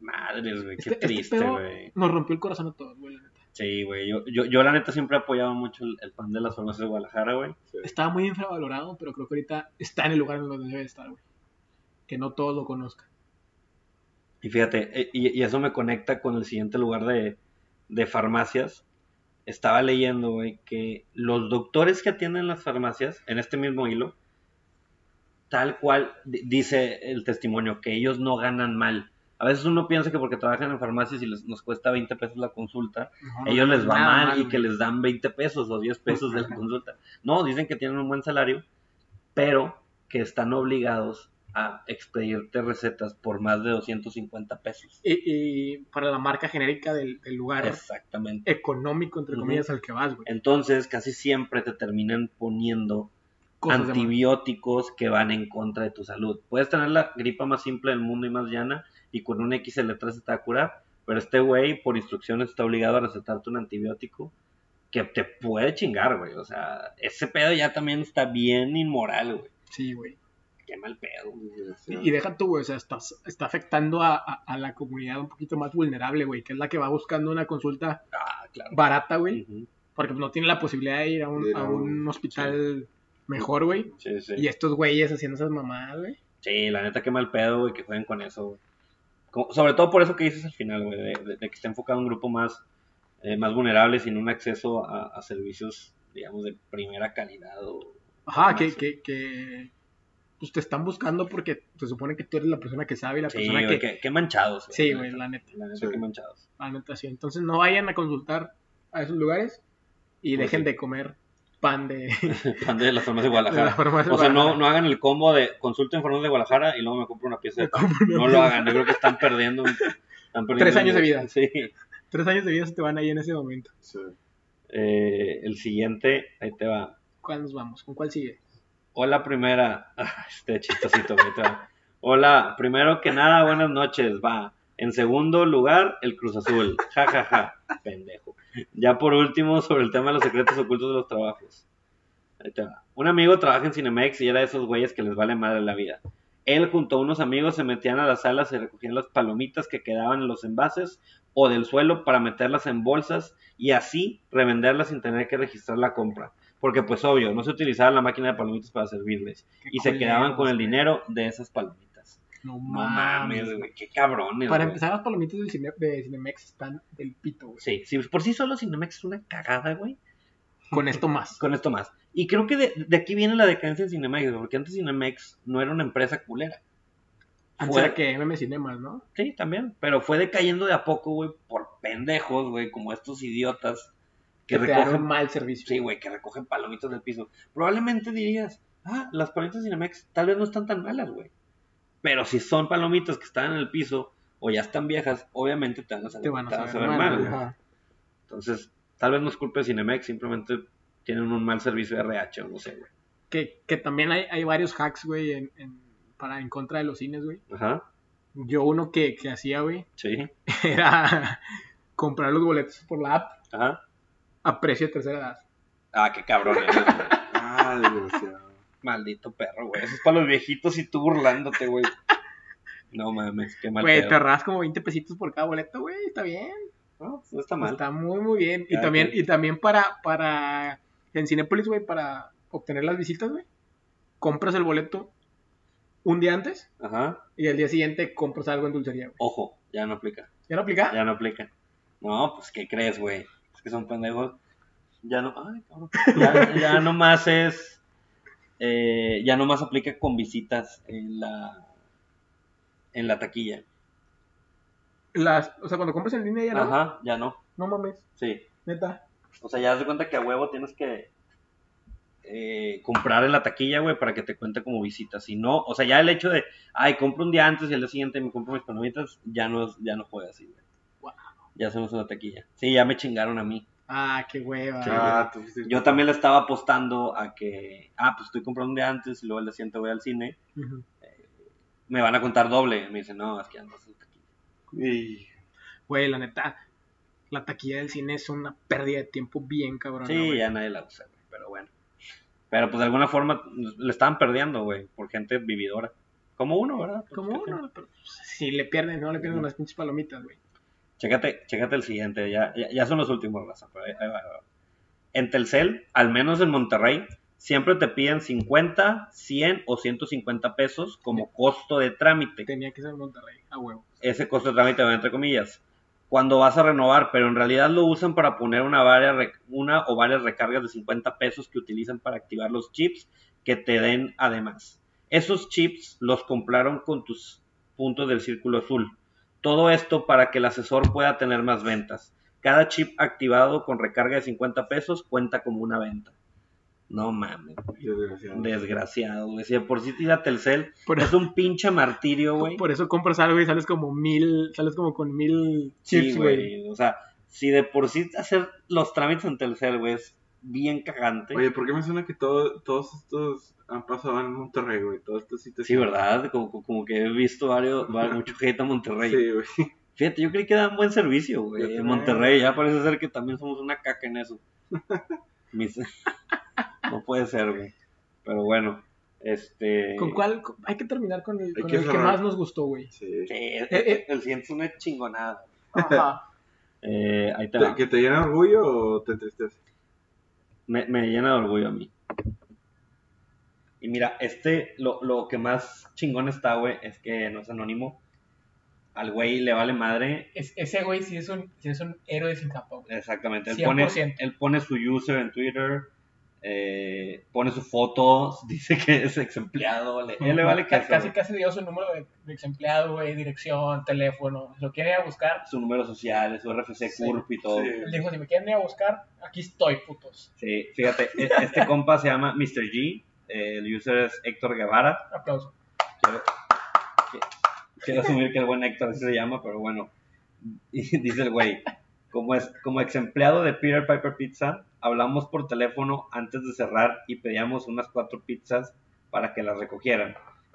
[SPEAKER 1] Madres, güey, qué
[SPEAKER 2] Este, este
[SPEAKER 1] triste,
[SPEAKER 2] pedo
[SPEAKER 1] güey.
[SPEAKER 2] nos rompió el corazón a todos, güey, la neta.
[SPEAKER 1] Sí, güey. Yo, yo, yo, la neta, siempre he apoyado mucho el, el pan de las farmacias de Guadalajara, güey.
[SPEAKER 2] Estaba muy infravalorado, pero creo que ahorita está en el lugar en donde debe de estar, güey. Que no todos lo conozcan.
[SPEAKER 1] Y fíjate, eh, y, y eso me conecta con el siguiente lugar de, de farmacias. Estaba leyendo, güey, que los doctores que atienden las farmacias, en este mismo hilo, tal cual di- dice el testimonio, que ellos no ganan mal. A veces uno piensa que porque trabajan en farmacias y les, nos cuesta 20 pesos la consulta, ellos les va
[SPEAKER 2] Nada
[SPEAKER 1] mal, y
[SPEAKER 2] güey.
[SPEAKER 1] que les dan 20 pesos o 10 pesos de la consulta. No, dicen que tienen un buen salario, pero que están obligados a expedirte recetas por más de 250 pesos.
[SPEAKER 2] Y, y para la marca genérica del, del lugar
[SPEAKER 1] Exactamente.
[SPEAKER 2] económico, entre
[SPEAKER 1] Ujú.
[SPEAKER 2] comillas, al que vas, güey.
[SPEAKER 1] Entonces, casi siempre te terminan poniendo
[SPEAKER 2] Cosas de mar-
[SPEAKER 1] antibióticos que van en contra de tu salud. Puedes tener la gripa más simple del mundo y más llana, y con un XL3 se te va a curar, pero este güey, por instrucciones, está obligado a recetarte un antibiótico que te puede chingar, güey. O sea, ese pedo ya también está bien inmoral, güey.
[SPEAKER 2] Sí, güey.
[SPEAKER 1] Qué mal pedo. güey. [LAUGHS]
[SPEAKER 2] Y, y deja tú, güey, o sea, estás- está afectando a, a- a la comunidad un poquito más vulnerable, güey, que es la que va buscando una consulta
[SPEAKER 1] Ah, claro.
[SPEAKER 2] barata, güey,
[SPEAKER 1] Ujú.
[SPEAKER 2] porque no tiene la posibilidad de ir a
[SPEAKER 3] De
[SPEAKER 2] un,
[SPEAKER 3] ir
[SPEAKER 2] a
[SPEAKER 3] a
[SPEAKER 2] un
[SPEAKER 3] un-
[SPEAKER 2] hospital mejor, güey.
[SPEAKER 1] Sí, sí.
[SPEAKER 2] Y estos güeyes haciendo esas mamadas, güey.
[SPEAKER 1] Sí, la neta, qué mal pedo, güey, que jueguen con eso, güey. Como- sobre todo por eso que dices al final, güey, de, de- de que está enfocado a un grupo más, eh, más vulnerable, sin un acceso a, a servicios, digamos, de primera calidad. o-
[SPEAKER 2] Ajá, que,
[SPEAKER 1] Sí.
[SPEAKER 2] que, que pues te están buscando porque se supone que tú eres la persona que sabe y la
[SPEAKER 1] Sí,
[SPEAKER 2] persona
[SPEAKER 1] güey,
[SPEAKER 2] que...
[SPEAKER 1] qué, qué manchados.
[SPEAKER 2] Sí,
[SPEAKER 1] la
[SPEAKER 2] güey,
[SPEAKER 1] neta.
[SPEAKER 2] la neta,
[SPEAKER 1] La neta,
[SPEAKER 3] Sí.
[SPEAKER 1] qué manchados. [LAUGHS]
[SPEAKER 2] la neta, sí. Entonces no vayan a consultar a esos lugares y
[SPEAKER 1] Pues
[SPEAKER 2] dejen
[SPEAKER 1] sí.
[SPEAKER 2] de comer pan de, [LAUGHS]
[SPEAKER 1] Pan de las formas de
[SPEAKER 2] de la
[SPEAKER 1] Guadalajara.
[SPEAKER 2] farmacia.
[SPEAKER 1] O sea, no,
[SPEAKER 2] barata.
[SPEAKER 1] no hagan el combo de consulten formas de Guadalajara y luego me compro una pieza de
[SPEAKER 2] Me
[SPEAKER 1] pan.
[SPEAKER 2] compro una
[SPEAKER 1] No lo
[SPEAKER 2] pieza.
[SPEAKER 1] hagan, yo creo que están perdiendo, un- están perdiendo
[SPEAKER 2] [LAUGHS] Tres años
[SPEAKER 1] un-
[SPEAKER 2] de vida.
[SPEAKER 1] Sí.
[SPEAKER 2] Tres años de vida se te van ahí en ese momento.
[SPEAKER 1] Eh, el siguiente, ahí te va.
[SPEAKER 2] ¿Cuál nos vamos? ¿Con cuál sigue?
[SPEAKER 1] Hola primera, [LAUGHS] Ah, este chistosito, güey, te va. Hola, primero que nada, buenas noches, va. En segundo lugar, el Cruz Azul. Ja, ja, ja, pendejo. Ya por último, sobre el tema de los secretos ocultos de los trabajos. Ahí te va. Un amigo trabaja en Cinemex y era de esos güeyes que les vale madre la vida. Él junto a unos amigos se metían a las salas y recogían las palomitas que quedaban en los envases o del suelo para meterlas en bolsas y así revenderlas sin tener que registrar la compra. Porque pues obvio, no se utilizaba la máquina de palomitas para servirles y se quedaban con el dinero de esas palomitas.
[SPEAKER 2] No
[SPEAKER 1] No mames,
[SPEAKER 2] mames,
[SPEAKER 1] güey, qué cabrones.
[SPEAKER 2] Para
[SPEAKER 1] güey.
[SPEAKER 2] empezar, las palomitas del cine- de Cinemex están del pito, güey.
[SPEAKER 1] Sí, sí, por sí solo Cinemex es una cagada, güey.
[SPEAKER 2] Con
[SPEAKER 1] [LAUGHS]
[SPEAKER 2] esto más.
[SPEAKER 1] Con esto más. Y creo que de, de aquí viene la decadencia de Cinemex, güey, porque antes Cinemex no era una empresa culera.
[SPEAKER 2] Antes
[SPEAKER 1] Fue-
[SPEAKER 2] era que MM Cinemas, ¿no?
[SPEAKER 1] Sí, también, pero fue decayendo de a poco, güey, por pendejos, güey, como estos idiotas que
[SPEAKER 2] Que te dan
[SPEAKER 1] recogen
[SPEAKER 2] un mal servicio.
[SPEAKER 1] Sí, güey, que recogen palomitas del piso. Probablemente dirías, ah, las palomitas Cinemex tal vez no están tan malas, güey. Pero si son palomitas que están en el piso o ya están viejas, obviamente te van a saber,
[SPEAKER 2] Te van a
[SPEAKER 1] te van
[SPEAKER 2] saber
[SPEAKER 1] saber
[SPEAKER 2] mal,
[SPEAKER 1] mal,
[SPEAKER 2] güey.
[SPEAKER 1] güey.
[SPEAKER 2] Ajá.
[SPEAKER 1] Entonces, tal vez no es culpa de Cinemex, simplemente tienen un mal servicio de RH o no sé, güey.
[SPEAKER 2] Que, que también hay, hay varios hacks, güey, en, en- para, en contra de los cines, güey.
[SPEAKER 1] Ajá,
[SPEAKER 2] Yo uno que, que hacía, güey, [LAUGHS]
[SPEAKER 1] sí,
[SPEAKER 2] era comprar los boletos por la app
[SPEAKER 1] ajá.
[SPEAKER 2] a precio de tercera edad.
[SPEAKER 1] Ah, qué cabrón eres,
[SPEAKER 2] [LAUGHS]
[SPEAKER 1] güey.
[SPEAKER 3] Ah, desgraciado.
[SPEAKER 1] Maldito perro, güey. Eso es para los viejitos y tú burlándote, güey. No mames, qué mal
[SPEAKER 2] Güey,
[SPEAKER 1] pedo.
[SPEAKER 2] te ahorras como 20 pesitos por cada boleto, güey, está bien.
[SPEAKER 1] No, no está mal.
[SPEAKER 2] Está muy, muy bien. Y
[SPEAKER 1] Cada
[SPEAKER 2] también,
[SPEAKER 1] quien.
[SPEAKER 2] y también para, para, en Cinépolis, güey, para obtener las visitas, güey, compras el boleto un día antes
[SPEAKER 1] Ajá.
[SPEAKER 2] y al día siguiente compras algo en dulcería, güey.
[SPEAKER 1] Ojo, ya no aplica.
[SPEAKER 2] ¿Ya no aplica?
[SPEAKER 1] Ya no aplica. No, pues, ¿qué crees, güey? Es que son pendejos. Ya no, ay, cabrón. Ya, ya nomás es. eh, ya nomás aplica con visitas en la. En la taquilla.
[SPEAKER 2] Las, o sea, cuando compras en línea ya no.
[SPEAKER 1] Ajá, ya no.
[SPEAKER 2] No mames,
[SPEAKER 1] Sí.
[SPEAKER 2] neta.
[SPEAKER 1] O sea, ya das de cuenta que a huevo tienes que. eh, comprar en la taquilla, güey, para que te cuente como visita. Si no, o sea, ya el hecho de, ay, compro un día antes y el día siguiente me compro mis palomitas, ya no, es- ya no juega así, güey.
[SPEAKER 2] Wow.
[SPEAKER 1] Ya hacemos una taquilla. Sí, ya me chingaron a mí.
[SPEAKER 4] Ah, qué hueva.
[SPEAKER 1] Sí.
[SPEAKER 3] Ah, tú sí.
[SPEAKER 1] Yo también le estaba apostando a que, ah, pues estoy comprando un día antes y luego el día siguiente voy al cine.
[SPEAKER 4] Ujú.
[SPEAKER 1] Me van a contar doble. Me dice, no, es que andas en taquilla.
[SPEAKER 3] Y-
[SPEAKER 4] Güey, la neta, la taquilla del cine es una pérdida de tiempo bien cabrón.
[SPEAKER 1] Sí, ya nadie la usa, güey, pero bueno. Pero pues de alguna forma le estaban perdiendo, güey, por gente vividora. Como uno, ¿verdad? Pues,
[SPEAKER 4] Como
[SPEAKER 1] chécate.
[SPEAKER 4] uno, pero pues, si le pierden, no le pierden las pinches palomitas, güey.
[SPEAKER 1] Chécate, chécate el siguiente, ya, ya, ya son los últimos, raza, pero ahí- ahí va, ahí va. En Telcel, al menos en Monterrey, siempre te piden 50, 100 o 150 pesos como costo de trámite.
[SPEAKER 4] Tenía que ser Monterrey, a huevo.
[SPEAKER 1] ese costo de trámite va entre comillas. Cuando vas a renovar, pero en realidad lo usan para poner una, varia re- una o varias recargas de 50 pesos que utilizan para activar los chips que te den además. Esos chips los compraron con tus puntos del círculo azul. Todo esto para que el asesor pueda tener más ventas. Cada chip activado con recarga de 50 pesos cuenta como una venta. No mames,
[SPEAKER 3] Desgraciado.
[SPEAKER 1] desgraciado, güey. Si de por si sí tira Telcel,
[SPEAKER 4] Por,
[SPEAKER 1] es un pinche martirio, güey.
[SPEAKER 4] por eso compras algo y sales como mil, sales como con mil
[SPEAKER 1] Sí,
[SPEAKER 4] chips, güey.
[SPEAKER 1] güey. O sea, si de por sí hacer los trámites en Telcel, güey, es bien cagante.
[SPEAKER 3] Oye, ¿por qué me suena que todo- todos estos han pasado en Monterrey, güey? Todas estas
[SPEAKER 1] sí,
[SPEAKER 3] situaciones.
[SPEAKER 1] ¿verdad? Como, como- como que he visto varios, va- mucho hate a Monterrey.
[SPEAKER 3] Sí, güey.
[SPEAKER 1] Fíjate, yo creí que dan buen servicio,
[SPEAKER 3] Yo
[SPEAKER 1] güey. En
[SPEAKER 3] también.
[SPEAKER 1] Monterrey ya parece ser que también somos una caca en
[SPEAKER 3] [LAUGHS]
[SPEAKER 1] eso. Mis- [LAUGHS] no puede ser, güey. Pero bueno, este...
[SPEAKER 4] ¿Con cuál? con- Hay que terminar con el,
[SPEAKER 3] Hay
[SPEAKER 4] con
[SPEAKER 3] que
[SPEAKER 4] el que
[SPEAKER 3] cerrar.
[SPEAKER 4] más nos gustó, güey.
[SPEAKER 3] Sí.
[SPEAKER 1] Sí, el,
[SPEAKER 4] eh.
[SPEAKER 1] el siguiente es una chingonada.
[SPEAKER 4] Ajá.
[SPEAKER 1] Eh, ahí te
[SPEAKER 3] ¿Te-
[SPEAKER 1] va.
[SPEAKER 3] ¿Que te llena orgullo o te entristece?
[SPEAKER 1] Me, me llena de orgullo a mí. Y mira, este, lo, lo que más chingón está, güey, es que no es anónimo. Al güey le vale madre.
[SPEAKER 2] [LAUGHS] Es- ese güey sí es un, sí es un héroe sin capa, güey.
[SPEAKER 1] Exactamente. Él,
[SPEAKER 2] 100%.
[SPEAKER 1] pone, él pone su user en Twitter, eh, pone su foto, [LAUGHS] dice que es ex empleado. Le, él le vale
[SPEAKER 2] Ca-
[SPEAKER 1] queso,
[SPEAKER 2] Casi,
[SPEAKER 1] güey.
[SPEAKER 2] casi dio su número de, de ex empleado, güey, dirección, teléfono. Si lo quieren ir a buscar,
[SPEAKER 1] su número social, su RFC
[SPEAKER 2] Sí.
[SPEAKER 1] CURP y todo.
[SPEAKER 3] Sí.
[SPEAKER 1] Sí.
[SPEAKER 2] él dijo, si me quieren ir a buscar, aquí estoy, putos.
[SPEAKER 1] fíjate, e- este compa se llama Mr. G, eh, el user es Héctor Guevara.
[SPEAKER 2] Aplauso.
[SPEAKER 1] quiero, quiero asumir que el buen Héctor así se llama, pero bueno. Y [LAUGHS] dice el güey, como, es, como ex empleado de Peter Piper Pizza, hablamos por teléfono antes de cerrar y pedíamos unas cuatro pizzas para que las recogieran.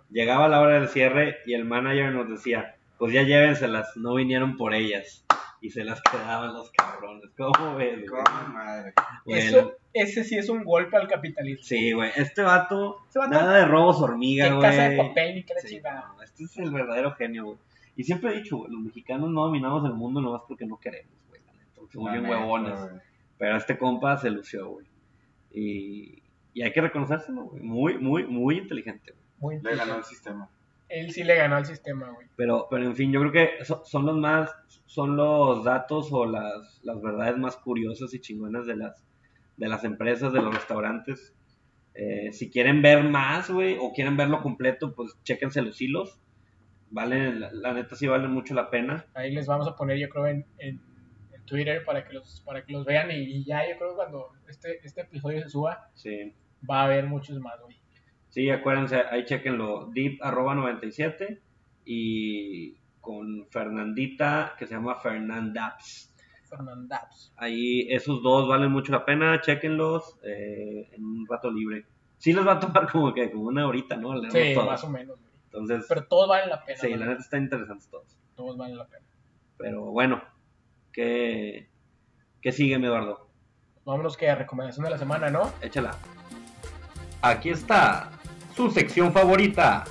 [SPEAKER 1] Llegaba la hora del cierre y el manager nos decía, pues ya llévenselas, no vinieron por ellas. Y se las quedaban los cabrones. ¿Cómo ves? güey?
[SPEAKER 3] madre.
[SPEAKER 1] Güey,
[SPEAKER 2] Eso, ese sí es un golpe al capitalismo.
[SPEAKER 1] Sí, güey. Este vato,
[SPEAKER 2] Ese vato-
[SPEAKER 1] nada de robos
[SPEAKER 2] Que
[SPEAKER 1] hormiga, güey.
[SPEAKER 2] casa de papel y que la
[SPEAKER 1] Sí,
[SPEAKER 2] chingada.
[SPEAKER 1] no, este es el verdadero genio, güey. Y siempre he dicho, güey, los mexicanos no dominamos el mundo nomás porque no queremos, güey. la neta, Somos bien huevones. Pero este compa se lució, güey. Y, y hay que reconocérselo, güey. Muy, muy, muy inteligente, güey.
[SPEAKER 2] Muy
[SPEAKER 3] Le ganó el
[SPEAKER 2] inteligente.
[SPEAKER 3] sistema.
[SPEAKER 2] Él sí le ganó al sistema, güey.
[SPEAKER 1] Pero, pero en fin, yo creo que so- son los más, son los datos o las, las verdades más curiosas y chingonas de las, de las empresas, de los restaurantes. Eh, si quieren ver más, güey, o quieren verlo completo, pues chéquense los hilos. Vale, la, la neta sí vale mucho la pena.
[SPEAKER 2] Ahí les vamos a poner, yo creo, en, en, en Twitter para que los, para que los vean. Y, y ya, yo creo que cuando este, este episodio se suba,
[SPEAKER 1] Sí,
[SPEAKER 2] va a haber muchos más, güey.
[SPEAKER 1] sí acuérdense, ahí chequenlo, deep arroba 97 y con Fernandita, que se llama Fernandaps.
[SPEAKER 2] Fernandaps.
[SPEAKER 1] Ahí esos dos valen mucho la pena, chequenlos eh, en un rato libre. Sí les va a [LAUGHS] tomar como que como una horita, ¿no? Leerlos
[SPEAKER 2] Sí,
[SPEAKER 1] todos.
[SPEAKER 2] más o menos, güey.
[SPEAKER 1] Entonces,
[SPEAKER 2] Pero todos valen la pena.
[SPEAKER 1] sí,
[SPEAKER 2] güey.
[SPEAKER 1] la neta están interesantes todos.
[SPEAKER 2] Todos valen la pena.
[SPEAKER 1] Pero bueno, ¿qué, qué sigue, mi Eduardo?
[SPEAKER 2] Vámonos que a recomendación de la semana, ¿no?
[SPEAKER 1] Échala. Aquí está su sección favorita,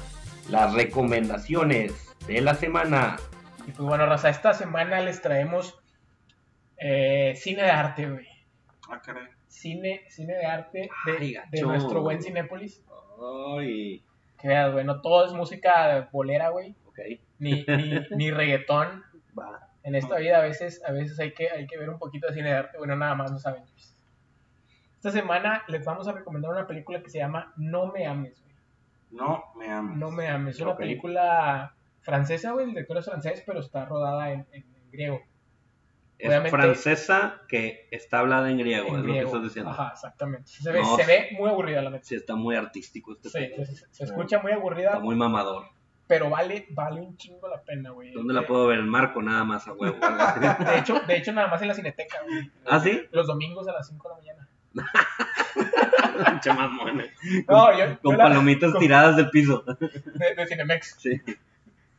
[SPEAKER 1] las recomendaciones de la semana.
[SPEAKER 2] Y pues bueno, Raza, esta semana les traemos eh, cine de arte, güey.
[SPEAKER 3] Ah, caray.
[SPEAKER 2] Cine, cine de arte de,
[SPEAKER 1] Ay,
[SPEAKER 2] de
[SPEAKER 1] gacho.
[SPEAKER 2] nuestro buen Cinépolis.
[SPEAKER 1] Ay,
[SPEAKER 2] Que veas, güey, no todo es música bolera, güey.
[SPEAKER 1] ok,
[SPEAKER 2] Ni, ni, ni reggaetón.
[SPEAKER 1] va.
[SPEAKER 2] En esta vida a veces, a veces hay que, hay que ver un poquito de cine de arte. Bueno, nada más no saben. pues. Esta semana les vamos a recomendar una película que se llama No me ames, güey.
[SPEAKER 3] No me amas.
[SPEAKER 2] No me ames. Es una
[SPEAKER 1] Ok.
[SPEAKER 2] película francesa, güey. El director es francés, pero está rodada en, en- en griego.
[SPEAKER 1] Es
[SPEAKER 2] Obviamente-
[SPEAKER 1] francesa que está hablada en griego,
[SPEAKER 2] en
[SPEAKER 1] es lo que
[SPEAKER 2] griego.
[SPEAKER 1] estás diciendo.
[SPEAKER 2] Ajá, exactamente. Se ve,
[SPEAKER 1] No.
[SPEAKER 2] se ve muy aburrida la neta.
[SPEAKER 1] Sí, está muy artístico este
[SPEAKER 2] Sí,
[SPEAKER 1] pedo.
[SPEAKER 2] se, se- se escucha muy
[SPEAKER 1] Está
[SPEAKER 2] aburrida.
[SPEAKER 1] muy mamador.
[SPEAKER 2] pero vale, vale un chingo la pena, güey.
[SPEAKER 1] ¿Dónde la puedo ver? En Marco, nada más, a [LAUGHS] huevo.
[SPEAKER 2] De hecho, de hecho, nada más en la Cineteca, güey.
[SPEAKER 1] ¿Ah, sí?
[SPEAKER 2] Los domingos a las 5 de la mañana.
[SPEAKER 1] Pinche mamón.
[SPEAKER 2] No, yo- yo
[SPEAKER 1] Con
[SPEAKER 2] la-
[SPEAKER 1] palomitas
[SPEAKER 2] con-
[SPEAKER 1] tiradas del piso. [LAUGHS]
[SPEAKER 2] De, de Cinemex.
[SPEAKER 1] Sí.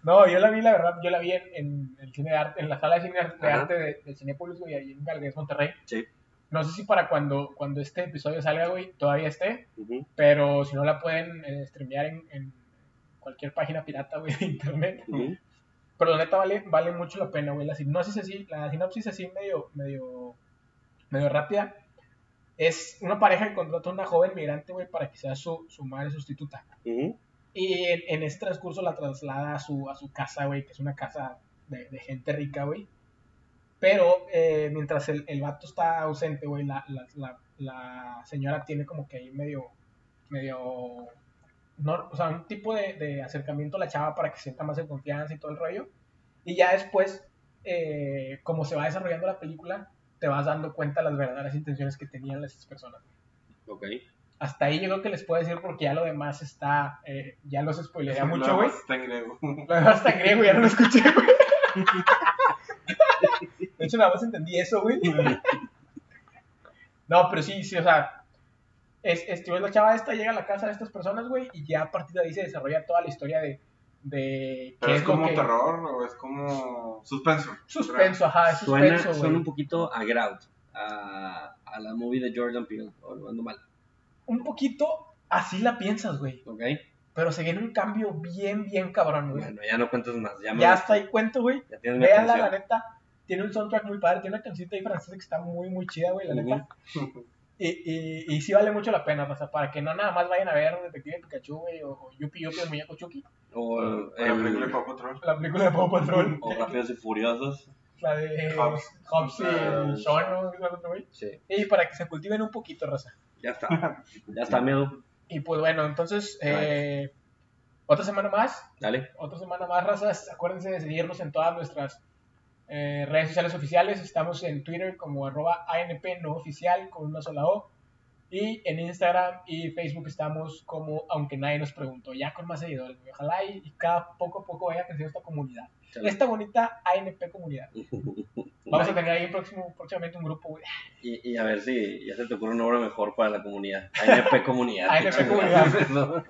[SPEAKER 2] No, yo la vi, la verdad, yo la vi en, en el cine de arte, en la sala de cine de
[SPEAKER 1] Ajá.
[SPEAKER 2] arte de, de Cinépolis, güey, ahí en Galgués, Monterrey.
[SPEAKER 1] Sí.
[SPEAKER 2] No sé si para cuando, cuando este episodio salga, güey, todavía esté, pero si no la pueden eh, streamear en, en cualquier página pirata, güey, de internet. Pero la neta vale, vale mucho la pena, güey. La sinopsis así, la sinopsis así medio, medio, medio rápida. Es una pareja que contrata a una joven migrante, güey, para que sea su, su madre sustituta.
[SPEAKER 1] ¿Mm?
[SPEAKER 2] Y en, en ese transcurso la traslada a su, a su casa, güey, que es una casa de, de gente rica, güey. Pero eh, mientras el, el vato está ausente, güey, la, la, la, la señora tiene como que ahí medio, medio, no, o sea, un tipo de, de acercamiento a la chava para que se sienta más en confianza y todo el rollo. Y ya después, eh, como se va desarrollando la película, te vas dando cuenta de las verdaderas intenciones que tenían estas personas
[SPEAKER 1] Ok.
[SPEAKER 2] hasta ahí yo creo que les puedo decir porque ya lo demás está, eh, ya los spoilería mucho,
[SPEAKER 3] Lo
[SPEAKER 2] güey.
[SPEAKER 3] demás Está en griego.
[SPEAKER 2] Lo demás está en griego, ya no lo escuché, güey. De hecho, nada más entendí eso, güey. No, pero sí, sí, o sea, es, es, tío, la chava esta llega a la casa de estas personas, güey, y ya a partir de ahí se desarrolla toda la historia de, de
[SPEAKER 3] Pero es
[SPEAKER 2] lo
[SPEAKER 3] como
[SPEAKER 2] que-
[SPEAKER 3] terror o es como suspenso.
[SPEAKER 2] [LAUGHS] Suspenso, ajá, es
[SPEAKER 1] Suena,
[SPEAKER 2] suspenso,
[SPEAKER 1] suena un
[SPEAKER 2] güey.
[SPEAKER 1] poquito a Grout, a, a la movie de Jordan Peele. Oh, no ando mal.
[SPEAKER 2] Un poquito así la piensas, güey.
[SPEAKER 1] Ok.
[SPEAKER 2] Pero se viene un cambio bien, bien cabrón, güey.
[SPEAKER 1] Bueno, ya no cuentas más. Ya, me
[SPEAKER 2] ya hasta ahí cuento, güey.
[SPEAKER 1] ya tienes mi
[SPEAKER 2] Veanla, la
[SPEAKER 1] atención.
[SPEAKER 2] neta. Tiene un soundtrack muy padre. Tiene una cancioncita ahí francesa que está muy, muy chida, güey, la
[SPEAKER 1] Ujú.
[SPEAKER 2] neta. Y, y, y sí vale mucho la pena, o sea, para que no nada más vayan a ver Detective Pikachu, güey, o, o Yupi Yupi, el muñeco Chucky.
[SPEAKER 1] O,
[SPEAKER 3] O
[SPEAKER 1] el-
[SPEAKER 3] la película de Paw Patrol.
[SPEAKER 2] La película de Paw Patrol.
[SPEAKER 1] o Rápidos y Furiosos.
[SPEAKER 2] la de Hobbs,
[SPEAKER 3] Hobbs.
[SPEAKER 2] y
[SPEAKER 3] Ah,
[SPEAKER 2] Sean, ¿no? ¿Cuál otro, güey?
[SPEAKER 1] Sí.
[SPEAKER 2] Y para que se cultiven un poquito, raza.
[SPEAKER 1] Ya
[SPEAKER 2] [LAUGHS]
[SPEAKER 1] está. Ya está, miedo.
[SPEAKER 2] Y pues bueno, entonces, eh, otra semana más.
[SPEAKER 1] Dale.
[SPEAKER 2] Otra semana más, razas. Acuérdense de seguirnos en todas nuestras eh, redes sociales oficiales. Estamos en Twitter como arroba ANP no oficial con una sola O. Y en Instagram y Facebook estamos como aunque nadie nos preguntó, ya con más seguidores. güey. Ojalá y, y cada poco a poco vaya creciendo esta comunidad.
[SPEAKER 1] Chale.
[SPEAKER 2] Esta bonita ANP
[SPEAKER 1] [LAUGHS]
[SPEAKER 2] comunidad. Vamos a tener ahí próximo, próximamente un grupo, güey.
[SPEAKER 1] Y, y a ver si ya se te ocurre una obra mejor para la comunidad. ANP Comunidad.
[SPEAKER 2] ANP comunidad.
[SPEAKER 1] [LAUGHS] No.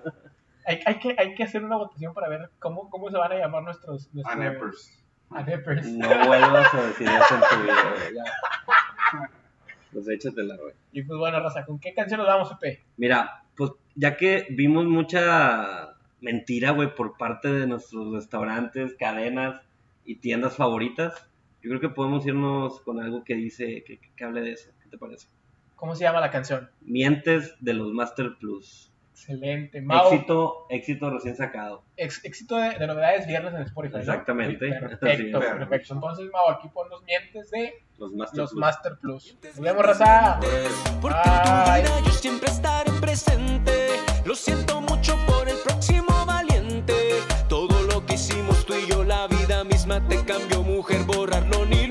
[SPEAKER 2] Hay, hay que, hay que hacer una votación para ver cómo, cómo se van a llamar nuestros... nuestros
[SPEAKER 3] Anepers.
[SPEAKER 2] ANPers.
[SPEAKER 1] No vuelvas a decir eso en tu vida, güey. Ya. Pues échatela, güey.
[SPEAKER 2] Y pues bueno, Raza, ¿con qué canción nos vamos, Pepe?
[SPEAKER 1] Mira, pues ya que vimos mucha mentira, güey, por parte de nuestros restaurantes, cadenas y tiendas favoritas, yo creo que podemos irnos con algo que dice, que, que hable de eso. ¿Qué te parece?
[SPEAKER 2] ¿Cómo se llama la canción?
[SPEAKER 1] Mientes de los Master Plus.
[SPEAKER 2] Excelente. Mau, éxito,
[SPEAKER 1] Éxito, éxito recién sacado.
[SPEAKER 2] éxito de, de novedades viernes en Spotify. ¿no?
[SPEAKER 1] Exactamente. Así es.
[SPEAKER 2] Perfecto, perfecto. Entonces, Mau, aquí pon los mientes de
[SPEAKER 1] Los Master
[SPEAKER 2] los
[SPEAKER 1] Plus.
[SPEAKER 2] Master Plus. Nos vemos, raza.
[SPEAKER 5] Porque
[SPEAKER 2] Bye.
[SPEAKER 5] en tu vida yo siempre estaré presente. Lo siento mucho por el próximo valiente. Todo lo que hicimos tú y yo, la vida misma te cambió, mujer, borrarlo ni